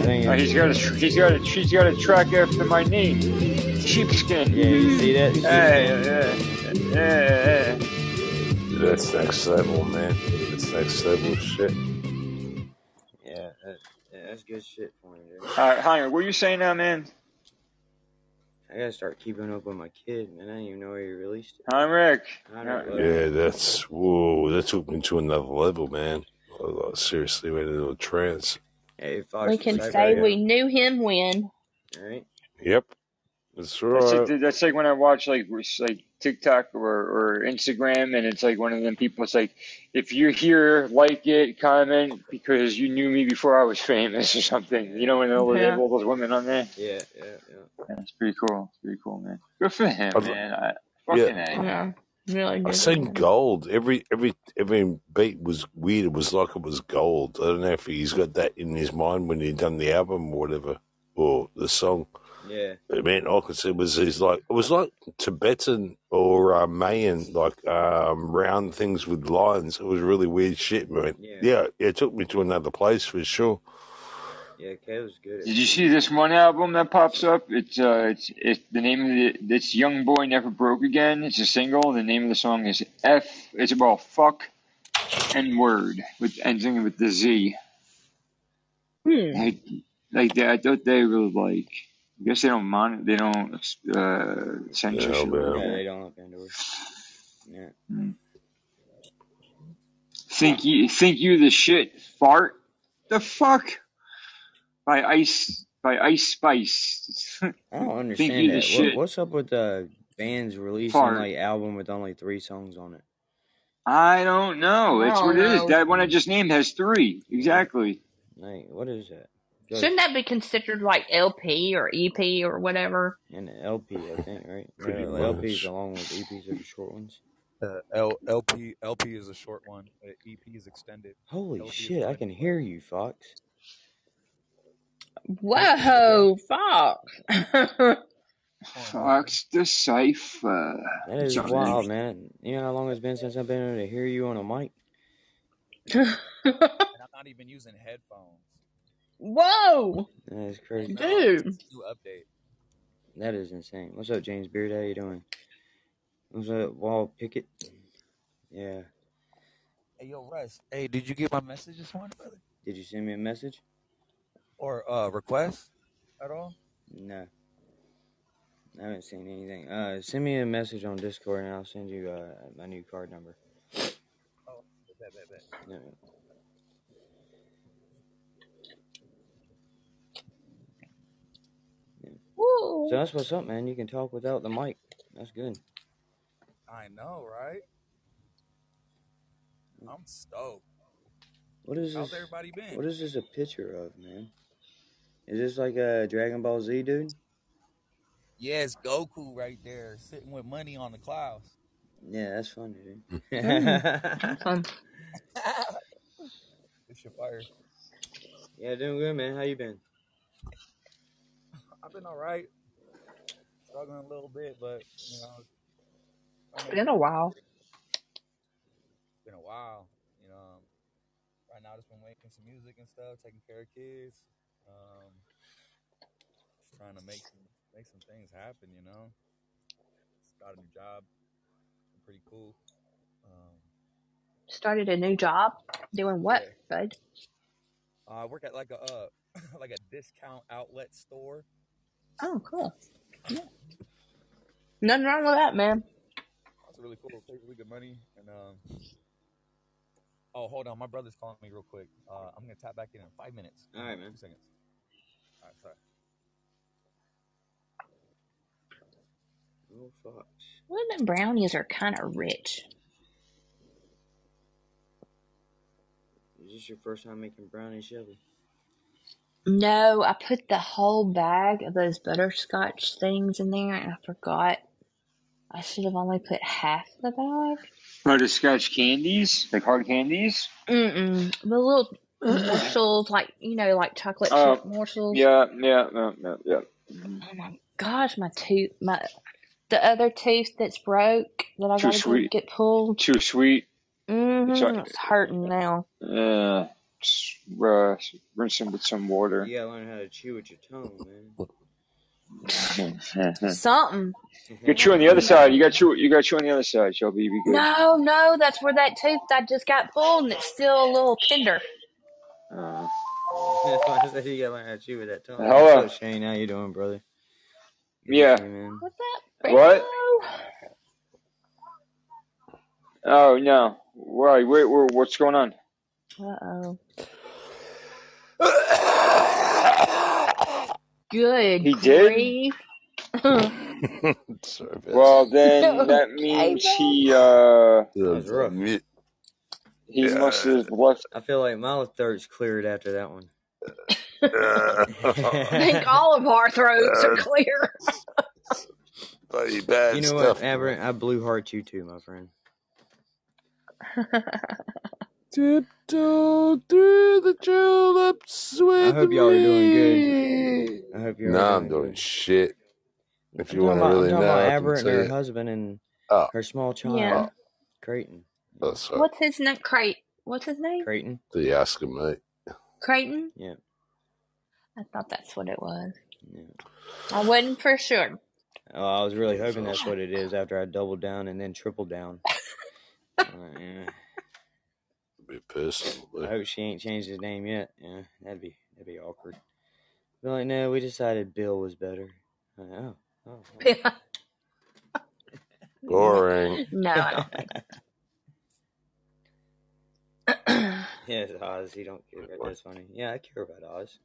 Speaker 1: think
Speaker 5: Oh,
Speaker 1: it's
Speaker 5: he's got a tr- he's got a he's got a track after my name. Sheepskin.
Speaker 1: yeah. You see that? You see that?
Speaker 5: Hey, yeah, yeah, yeah.
Speaker 7: That's next level, man. That's next level shit.
Speaker 1: Yeah, that, yeah, that's good shit for him, dude.
Speaker 5: All right, Hunter, what are you saying now, man?
Speaker 1: I gotta start keeping up with my kid, man. I didn't even know he released it.
Speaker 5: Heinrich.
Speaker 1: Heinrich
Speaker 5: Uh,
Speaker 1: Love.
Speaker 7: Yeah, that's whoa. That took me to another level, man. Oh, seriously, went into a trance.
Speaker 1: Hey,
Speaker 4: We
Speaker 1: Fox the
Speaker 4: can
Speaker 7: That's
Speaker 1: Psycho
Speaker 4: say
Speaker 7: right.
Speaker 4: we
Speaker 1: Killer.
Speaker 4: knew him when.
Speaker 1: All right.
Speaker 7: Yep, that's
Speaker 5: That's
Speaker 7: right.
Speaker 5: like that's like when I watch like it's like TikTok or, or Instagram, and it's like one of them people. It's like if you're here, like it, comment because you knew me before I was famous or something. You know, when all, they have
Speaker 4: Yeah.
Speaker 5: all those women on there.
Speaker 1: Yeah, yeah, yeah.
Speaker 5: Yeah, it's pretty cool. It's pretty cool, man. Good for him,
Speaker 7: I'd,
Speaker 5: man. I,
Speaker 7: yeah,
Speaker 5: fucking a.
Speaker 4: Yeah. Really
Speaker 7: I
Speaker 4: good for
Speaker 7: seen
Speaker 4: him.
Speaker 7: gold. Every every every beat was weird. It was like it was gold. I don't know if he's got that in his mind when he done the album or whatever or the song.
Speaker 1: Yeah.
Speaker 7: But man, all I could see was his like it was like Tibetan or uh, Mayan like um, round things with lines. It was really weird shit, man.
Speaker 1: Yeah.
Speaker 7: Yeah, it took me to another place for sure.
Speaker 1: Yeah, Caleb's good at
Speaker 5: Did you see
Speaker 1: music.
Speaker 5: this one album that pops up? It's uh, it's, it's the name of the it's Young Boy Never Broke Again. It's a single. The name of the song is F. It's about fuck and word with ending with the Z.
Speaker 4: Hmm.
Speaker 5: Like, like they, I thought they were like. I guess they don't mon they don't uh, censor
Speaker 7: Yeah,
Speaker 5: shit like
Speaker 7: Oh, man.
Speaker 1: No,
Speaker 5: that.
Speaker 1: they don't have Pandora. Yeah.
Speaker 5: Hmm. Think you think you the shit fart the fuck by ice by Ice Spice.
Speaker 1: I don't
Speaker 5: think
Speaker 1: understand
Speaker 5: you the
Speaker 1: that. What
Speaker 5: shit
Speaker 1: what's up with the bands releasing
Speaker 5: fart.
Speaker 1: like album with only three songs on it?
Speaker 5: I don't know.
Speaker 4: I
Speaker 5: That's what
Speaker 4: don't
Speaker 5: it is.
Speaker 4: know.
Speaker 5: That one I just named has three.
Speaker 1: Like,
Speaker 5: Exactly.
Speaker 1: like what is that? Goes
Speaker 4: Shouldn't that be considered like LP or EP or whatever?
Speaker 1: in the LP, I think, right?
Speaker 7: Pretty
Speaker 1: Yeah, LPs, the
Speaker 7: much.
Speaker 1: long ones. EPs E are the short ones.
Speaker 10: Uh, L- LP LP is a short one. Uh, EP is extended.
Speaker 1: Holy
Speaker 10: LP is
Speaker 1: shit, I can
Speaker 10: 24.
Speaker 1: hear you, Fox.
Speaker 10: Yep. Yeah.
Speaker 4: Whoa, fuck.
Speaker 10: Hold on, I'll-
Speaker 5: Fox the cipher.
Speaker 1: That
Speaker 5: That's
Speaker 1: is
Speaker 5: all it
Speaker 1: wild,
Speaker 5: is.
Speaker 1: man. You know how long it's been since I've been able to hear you on a mic?
Speaker 10: and I'm not even using headphones.
Speaker 4: Whoa,
Speaker 1: That is
Speaker 10: I
Speaker 1: crazy.
Speaker 10: know it's
Speaker 4: dude.
Speaker 10: a new update.
Speaker 1: That is insane. What's up, James Beard? How you doing? What's up, Wall Pickett? Yeah.
Speaker 10: Hey yo, Russ. Hey, did you get my message this morning, brother?
Speaker 1: Did you send me a message?
Speaker 10: Or uh, request at all?
Speaker 1: No, I haven't seen anything. Uh, send me a message on Discord and I'll send you uh, my new card number.
Speaker 10: Oh, bet, bet, bet.
Speaker 1: Yeah. yeah. So
Speaker 4: Woo.
Speaker 1: that's what's up, man. You can talk without the mic. That's good.
Speaker 10: I know, right? I'm stoked.
Speaker 1: What is
Speaker 10: How's
Speaker 1: this?
Speaker 10: everybody been?
Speaker 1: What is this a picture of, man? Is this like a Dragon Ball Z dude?
Speaker 10: Yes, Goku right there, sitting with money on the clouds.
Speaker 1: Yeah, that's funny, dude.
Speaker 7: Hmm.
Speaker 4: Mm,
Speaker 1: yeah,
Speaker 4: awesome.
Speaker 10: It's your fire.
Speaker 1: doing good, man. How you been?
Speaker 10: I've been all right, struggling a little bit, but you know, trying to
Speaker 4: Been a while.
Speaker 10: It's been a while. You know, um, right now just been making some music and stuff, taking care of kids, um, just trying to make some make some things happen. You know, just got a new job, pretty cool. Um,
Speaker 4: Started a new job. Doing what,
Speaker 10: yeah,
Speaker 4: bud?
Speaker 10: I work at like a uh, like a discount outlet store.
Speaker 4: Oh, cool. Yeah. Nothing wrong with that, man.
Speaker 10: That's really cool. Pays really good money. And um, oh, hold on, my brother's calling me real quick. Uh, I'm gonna tap back in in five minutes.
Speaker 1: All
Speaker 10: Hold on,
Speaker 1: right, man.
Speaker 10: two seconds. All right, sorry.
Speaker 1: Oh fuck.
Speaker 4: Women brownies are kind of rich.
Speaker 1: Is this your first time making brownie Shelby?
Speaker 4: No, I put the whole bag of those butterscotch things in there, and I forgot. I should have only put half the bag.
Speaker 5: Butterscotch candies, like hard candies.
Speaker 4: Mm-mm. The little
Speaker 5: oh,
Speaker 4: morsels, like you know, like chocolate
Speaker 10: Uh,
Speaker 4: chip morsels.
Speaker 5: yeah, yeah, yeah, yeah. yeah. Mhm.
Speaker 4: Oh my gosh, my tooth, my the other tooth that's broke that I
Speaker 5: Too
Speaker 4: gotta go
Speaker 5: sweet,
Speaker 4: get pulled.
Speaker 5: too sweet. It's
Speaker 4: Mm-hmm.
Speaker 5: like,
Speaker 4: It's hurting now.
Speaker 5: uh, s- uh, rinse them with some water.
Speaker 1: You gotta learn how to chew with your tongue, man.
Speaker 5: you
Speaker 4: Something.
Speaker 5: chew on the
Speaker 4: You know.
Speaker 5: other side. You got chew. You got chew on the other side. Shelby, you be good.
Speaker 4: No, no, that's where that tooth I just got pulled, and it's still a little tender.
Speaker 5: Uh,
Speaker 1: That's why I said you gotta learn how to chew with that tongue. What's
Speaker 5: hello.
Speaker 1: up, Shane? How you doing, brother? Good to see
Speaker 5: Yeah.
Speaker 1: you, man.
Speaker 4: What's up,
Speaker 5: What?
Speaker 4: Brando?
Speaker 5: Oh no. Why? Wait. wait what's going on?
Speaker 4: Uh oh. Good
Speaker 5: He did.
Speaker 4: grief. okay,
Speaker 7: Sorry about
Speaker 5: Well, then that means
Speaker 4: bud.
Speaker 5: he uh
Speaker 1: That was rough.
Speaker 7: that.
Speaker 5: he must have left.
Speaker 1: I feel like my throat's cleared after that one.
Speaker 4: I think all of our throats
Speaker 5: Uh,
Speaker 4: are clear.
Speaker 7: Bloody
Speaker 1: you
Speaker 7: bad
Speaker 1: know what,
Speaker 7: stuff, man.
Speaker 1: Aberrant? I blew heart you too, my friend.
Speaker 7: Tiptoe through the tulips
Speaker 1: I
Speaker 7: with
Speaker 1: hope y'all are doing good.
Speaker 7: me.
Speaker 1: I hope y'all are
Speaker 7: Nah, I'm
Speaker 1: doing
Speaker 7: doing
Speaker 1: good.
Speaker 7: shit. If
Speaker 1: I'm
Speaker 7: you want
Speaker 1: talking
Speaker 7: to
Speaker 1: about I'm
Speaker 7: really
Speaker 1: talking about
Speaker 7: know, I can
Speaker 1: Aberrant
Speaker 7: tell
Speaker 1: and her
Speaker 7: you.
Speaker 1: husband and
Speaker 7: Oh,
Speaker 1: her small
Speaker 4: yeah.
Speaker 1: child,
Speaker 7: oh,
Speaker 1: Creighton. Yeah.
Speaker 7: that's right.
Speaker 4: What's his name? Crate. What's his name?
Speaker 1: Creighton?
Speaker 7: Oh, The Oscar, mate.
Speaker 4: Creighton?
Speaker 1: Yeah.
Speaker 4: I thought that's what it was.
Speaker 1: Yeah.
Speaker 4: I wasn't for sure.
Speaker 1: Oh, I was really hoping
Speaker 7: So,
Speaker 1: that's what it is after I doubled down and then tripled down. Uh, yeah.
Speaker 7: be personal,
Speaker 1: I
Speaker 7: though.
Speaker 1: hope she ain't changed his name yet. Yeah, that'd be that'd be awkward. Be like, no, we decided Bill was better. I'm like, oh, oh,
Speaker 4: no.
Speaker 1: oh.
Speaker 7: Boring.
Speaker 4: No, I don't think so.
Speaker 1: yes, Oz, he don't care about. That's funny. Yeah, I care about Oz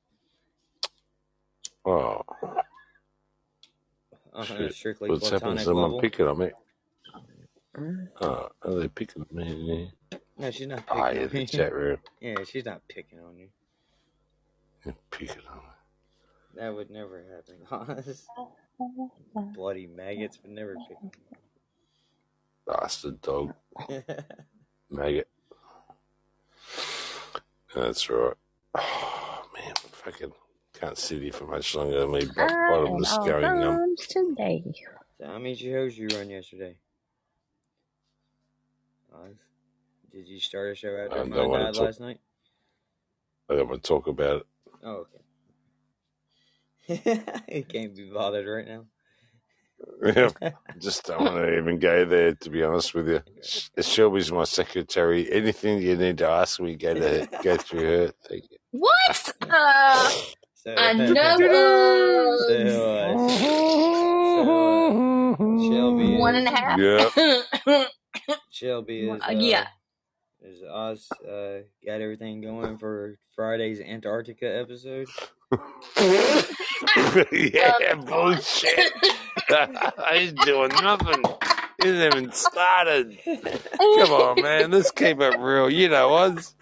Speaker 7: Oh,
Speaker 1: on a
Speaker 7: shit.
Speaker 1: Uh, strictly
Speaker 7: What's happened to
Speaker 1: platonic
Speaker 7: someone
Speaker 1: level.
Speaker 7: picking on me?
Speaker 4: Mm.
Speaker 7: Oh, are they picking on me?
Speaker 1: No, she's not
Speaker 7: Ah,
Speaker 1: picking
Speaker 7: yeah,
Speaker 1: on
Speaker 7: the
Speaker 1: me.
Speaker 7: chat room.
Speaker 1: yeah, she's not picking on you.
Speaker 7: They're picking on me.
Speaker 1: That would never happen, Oz. Bloody maggots would never pick on
Speaker 7: Bastard dog.
Speaker 1: you.
Speaker 7: Maggot. That's right. Oh, man. Fucking can't sit here for much longer. My bo-
Speaker 4: I
Speaker 7: bottom
Speaker 4: and
Speaker 7: is
Speaker 4: all
Speaker 7: going numb.
Speaker 4: times today.
Speaker 1: so how many shows you run yesterday, Oz? Did you start a show after
Speaker 7: I
Speaker 1: mine
Speaker 7: don't want
Speaker 1: died
Speaker 7: to talk.
Speaker 1: last night?
Speaker 7: I don't want to talk about it.
Speaker 1: Oh, okay. He can't be bothered right now.
Speaker 7: Yep. Just don't want to even go there, to be honest with you. Sh- Shelby's my secretary. Anything you need to ask me, go to her, go through her. Thank you.
Speaker 4: What? Uh,
Speaker 1: so,
Speaker 4: I know of
Speaker 1: so, uh, sh- so, uh, Shelby
Speaker 4: one and
Speaker 1: is
Speaker 4: a half.
Speaker 7: yep.
Speaker 1: Shelby
Speaker 4: One-
Speaker 1: is
Speaker 4: uh, yeah.
Speaker 1: uh is Oz uh got everything going for Friday's Antarctica episode.
Speaker 4: Love
Speaker 7: yeah,
Speaker 4: you, Oz.
Speaker 7: bullshit. He's doing nothing. He hasn't even started. Come on, man. Let's keep it real. You know, Oz.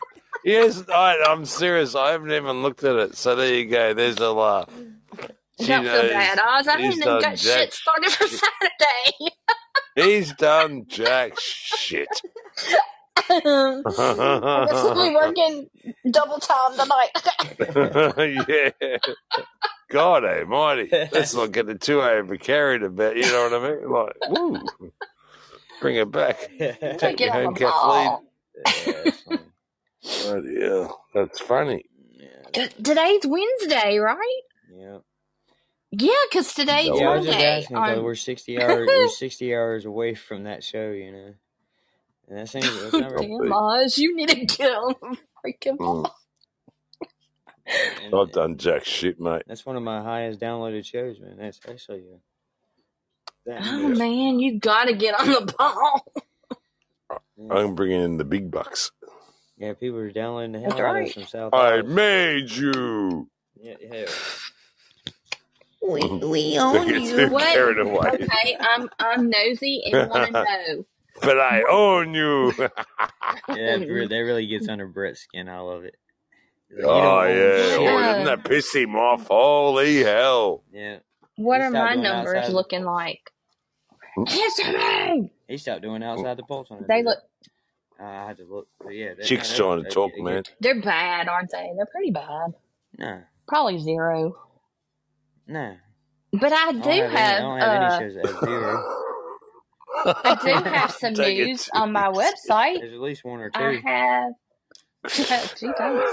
Speaker 7: Yes, I, I'm serious. I haven't even looked at it. So there you go. There's a laugh. She
Speaker 4: Don't feel bad,
Speaker 7: knows
Speaker 4: Oz. I
Speaker 7: he's
Speaker 4: haven't even
Speaker 7: done
Speaker 4: got
Speaker 7: jack
Speaker 4: shit started for
Speaker 7: shit.
Speaker 4: Saturday.
Speaker 7: He's done jack shit.
Speaker 4: I guess we'll be
Speaker 7: yeah.
Speaker 4: working double time tonight.
Speaker 7: God almighty. Let's not get it too overcarried about, you know what I mean? Like, woo, bring it back.
Speaker 4: I'm gonna
Speaker 7: Take me
Speaker 4: get on
Speaker 7: home,
Speaker 4: the
Speaker 7: Kathleen.
Speaker 4: ball.
Speaker 1: yeah,
Speaker 7: Oh, yeah. That's
Speaker 1: that's funny.
Speaker 7: funny.
Speaker 1: Yeah, that's
Speaker 4: T-
Speaker 1: funny.
Speaker 4: Today's Wednesday, right?
Speaker 1: Yeah.
Speaker 4: Yeah, 'cause today's
Speaker 1: Yeah, I
Speaker 7: No,
Speaker 1: was just
Speaker 4: Monday.
Speaker 1: asking because
Speaker 4: On
Speaker 1: we're sixty hours we're sixty hours away from that show, you know. And that seems that's not very,
Speaker 7: I'll
Speaker 4: damn
Speaker 7: be.
Speaker 4: Oz, you need to get on the freaking ball.
Speaker 7: Mm.
Speaker 1: and
Speaker 7: I've done jack shit, mate.
Speaker 1: that's one of my highest downloaded shows, man. That's actually uh, That
Speaker 4: Oh man, you gotta get on the ball.
Speaker 1: yeah,
Speaker 7: I'm bringing in Mm. the big bucks.
Speaker 1: yeah, people are downloading the
Speaker 4: That's
Speaker 1: hell out of us
Speaker 4: right.
Speaker 1: from South
Speaker 7: I
Speaker 1: Dallas.
Speaker 7: made you.
Speaker 1: Yeah, hell.
Speaker 4: We we
Speaker 7: they
Speaker 4: own
Speaker 7: get
Speaker 4: you.
Speaker 7: too
Speaker 4: What?
Speaker 7: carried away.
Speaker 4: Okay, I'm I'm nosy and want to
Speaker 7: but
Speaker 4: know.
Speaker 7: I
Speaker 4: What?
Speaker 7: own you.
Speaker 1: Yeah, that, re- that really gets under Brett's skin. I love it. He's like, you don't
Speaker 7: oh
Speaker 1: own
Speaker 4: What?
Speaker 7: yeah. Oh,
Speaker 1: shit.
Speaker 7: doesn't
Speaker 4: Uh,
Speaker 7: that piss him off? Holy hell!
Speaker 1: Yeah,
Speaker 4: what
Speaker 1: he
Speaker 4: are
Speaker 1: stopped
Speaker 4: my
Speaker 1: doing
Speaker 4: numbers
Speaker 1: outside. The,
Speaker 4: looking like?
Speaker 7: Hmm?
Speaker 4: Answer me.
Speaker 1: he stopped doing outside the pulse when I
Speaker 4: They
Speaker 1: did
Speaker 4: look.
Speaker 1: that. Uh, I had to look, but yeah, that, no,
Speaker 7: Chick's
Speaker 1: that's
Speaker 7: trying to
Speaker 1: a,
Speaker 7: talk,
Speaker 1: a good.
Speaker 7: man.
Speaker 4: They're bad, aren't they? They're pretty bad.
Speaker 1: No,
Speaker 4: Probably zero.
Speaker 1: no,
Speaker 4: But I
Speaker 1: I don't
Speaker 4: do
Speaker 1: have any. I
Speaker 4: have
Speaker 1: don't have any
Speaker 4: uh
Speaker 1: shows that have zero.
Speaker 4: I do have
Speaker 1: There's
Speaker 4: some
Speaker 7: Take it
Speaker 4: news on my
Speaker 7: serious.
Speaker 4: website.
Speaker 1: at least one or
Speaker 4: I
Speaker 1: two.
Speaker 4: have gee thanks.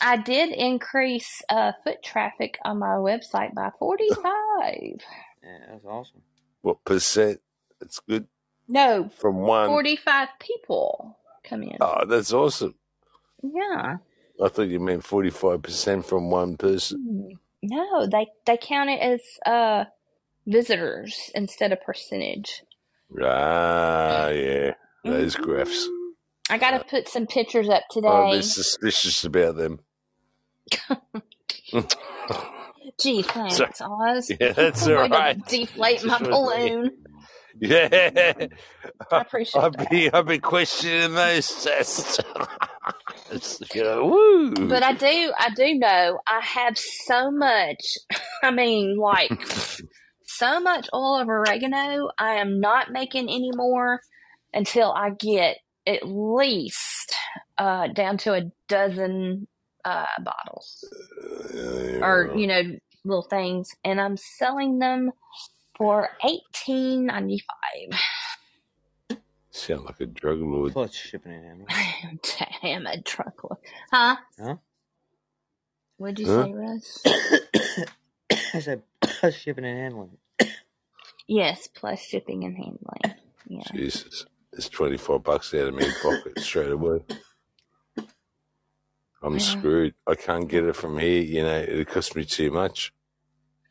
Speaker 4: I did increase uh, foot traffic on my website by forty five.
Speaker 1: Yeah, that's awesome.
Speaker 7: what percent? That's good.
Speaker 4: No,
Speaker 7: From one.
Speaker 4: 45 people come in.
Speaker 7: Um, Oh, that's awesome.
Speaker 4: Yeah.
Speaker 7: I thought you meant forty-five percent from one person.
Speaker 4: Mm. No, they they count it as uh visitors instead of percentage.
Speaker 7: Ah, yeah. Those Oh, graphs.
Speaker 4: hmm I
Speaker 7: Uh,
Speaker 4: got to put some pictures up
Speaker 7: I'm a bit
Speaker 4: today.
Speaker 7: suspicious about them.
Speaker 4: Gee,
Speaker 7: so
Speaker 4: thanks, Oz.
Speaker 7: yeah, that's all
Speaker 4: Way to
Speaker 7: right.
Speaker 4: deflate my
Speaker 7: Just was
Speaker 4: balloon.
Speaker 7: yeah.
Speaker 4: I
Speaker 7: I,
Speaker 4: appreciate
Speaker 7: I've
Speaker 4: that.
Speaker 7: been I've been questioning those tests. It's, you know, woo.
Speaker 4: But I do, I do know I have so much. I mean, like so much oil of oregano. I am not making any more until I get at least uh, down to a dozen uh, bottles or
Speaker 7: Yeah.
Speaker 4: you know little things, and I'm selling them for eighteen ninety five.
Speaker 7: Sound like a drug lord.
Speaker 1: Plus shipping and handling.
Speaker 4: Damn a truck, load. huh?
Speaker 1: Huh?
Speaker 4: What'd you
Speaker 7: Huh?
Speaker 4: say, Russ?
Speaker 1: I said plus shipping and handling.
Speaker 4: Yes, plus shipping and handling. Yeah.
Speaker 7: Jesus. It's twenty four bucks out of my pocket straight away. I'm
Speaker 4: Well,
Speaker 7: screwed. I can't get it from here, you know, it costs me too much.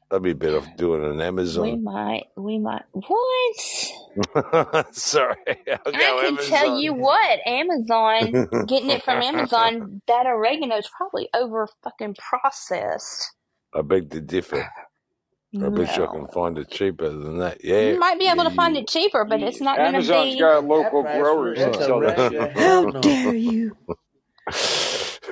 Speaker 7: I'd be better off doing it on
Speaker 4: we
Speaker 7: Amazon.
Speaker 4: might, we might. What?
Speaker 7: Sorry, I'll
Speaker 4: I
Speaker 7: go
Speaker 4: can tell
Speaker 7: Amazon.
Speaker 4: you what, Amazon, getting it from Amazon, that oregano is probably over fucking processed.
Speaker 7: I beg to differ. I bet you I
Speaker 4: No.
Speaker 7: can find it cheaper than that.
Speaker 4: You
Speaker 7: Yeah,
Speaker 4: might be able to find
Speaker 7: yeah.
Speaker 4: it cheaper, but it's not going to
Speaker 5: Amazon's
Speaker 4: be.
Speaker 5: got
Speaker 8: At that
Speaker 5: local
Speaker 8: price for
Speaker 5: growers that
Speaker 8: that's
Speaker 7: yeah.
Speaker 8: a
Speaker 5: sell that
Speaker 8: Russia.
Speaker 5: shit.
Speaker 8: Hell
Speaker 4: How
Speaker 8: no.
Speaker 4: dare you? Oh.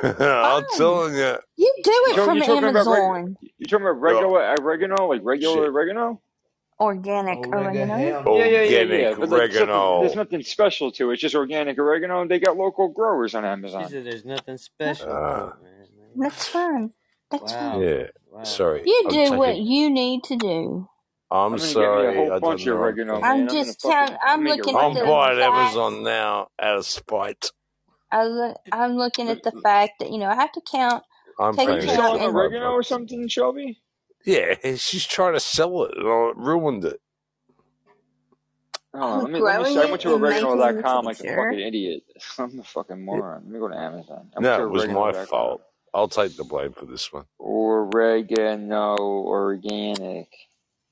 Speaker 7: I'm
Speaker 4: Fine.
Speaker 7: telling you.
Speaker 4: You do
Speaker 5: You
Speaker 4: it
Speaker 5: talk,
Speaker 4: from
Speaker 5: you talking about reg,
Speaker 4: Amazon.
Speaker 5: you talking about
Speaker 7: Oh,
Speaker 5: regular uh, oregano, like regular
Speaker 7: shit.
Speaker 5: oregano?
Speaker 4: Organic oregano?
Speaker 5: Yeah,
Speaker 8: Oregano.
Speaker 5: yeah, yeah, yeah.
Speaker 7: Organic
Speaker 5: But like something, there's
Speaker 7: oregano.
Speaker 5: nothing special to it. It's just organic oregano, and they got local growers on
Speaker 1: She
Speaker 5: Amazon.
Speaker 1: said there's nothing
Speaker 4: That-
Speaker 5: Uh.
Speaker 1: special to
Speaker 7: Ah,
Speaker 1: it, man. Like,
Speaker 4: That's fine. That's fine.
Speaker 1: wow.
Speaker 7: yeah.
Speaker 1: Wow,
Speaker 7: Sorry,
Speaker 1: Paul.
Speaker 4: You
Speaker 7: I'm
Speaker 4: do what
Speaker 7: taking.
Speaker 4: you need to do.
Speaker 7: I'm
Speaker 5: I'm gonna get me a
Speaker 7: sorry.
Speaker 5: whole
Speaker 7: I
Speaker 5: bunch
Speaker 7: don't
Speaker 5: of
Speaker 7: know. I'm
Speaker 5: oregano,
Speaker 7: fucking.
Speaker 4: I'm
Speaker 5: man. I'm gonna
Speaker 4: just
Speaker 5: fucking
Speaker 4: telking. I'm
Speaker 5: make
Speaker 4: looking at
Speaker 7: I'm
Speaker 4: the
Speaker 5: oregano.
Speaker 7: buying
Speaker 4: facts.
Speaker 7: Amazon now out of spite.
Speaker 4: I look, I'm looking at the fact that you know I have to count,
Speaker 7: I'm
Speaker 5: Are
Speaker 4: take
Speaker 5: you
Speaker 7: paying
Speaker 4: account,
Speaker 5: selling
Speaker 4: and
Speaker 7: fifty-five
Speaker 5: oregano or
Speaker 7: bucks.
Speaker 5: something, Shelby?
Speaker 7: Yeah, she's trying to sell it, and I ruined it.
Speaker 5: Hold on,
Speaker 4: I'm
Speaker 5: Oh, let me let me
Speaker 4: growing
Speaker 5: see. I
Speaker 4: it
Speaker 5: went to
Speaker 4: and making the
Speaker 5: oregano.com like a
Speaker 4: picture.
Speaker 5: fucking idiot. I'm a fucking moron. Let me go to Amazon. I went
Speaker 7: No,
Speaker 5: to
Speaker 7: it was my
Speaker 5: oregano.com.
Speaker 7: fault. I'll take the blame for this one.
Speaker 5: Oregano, organic.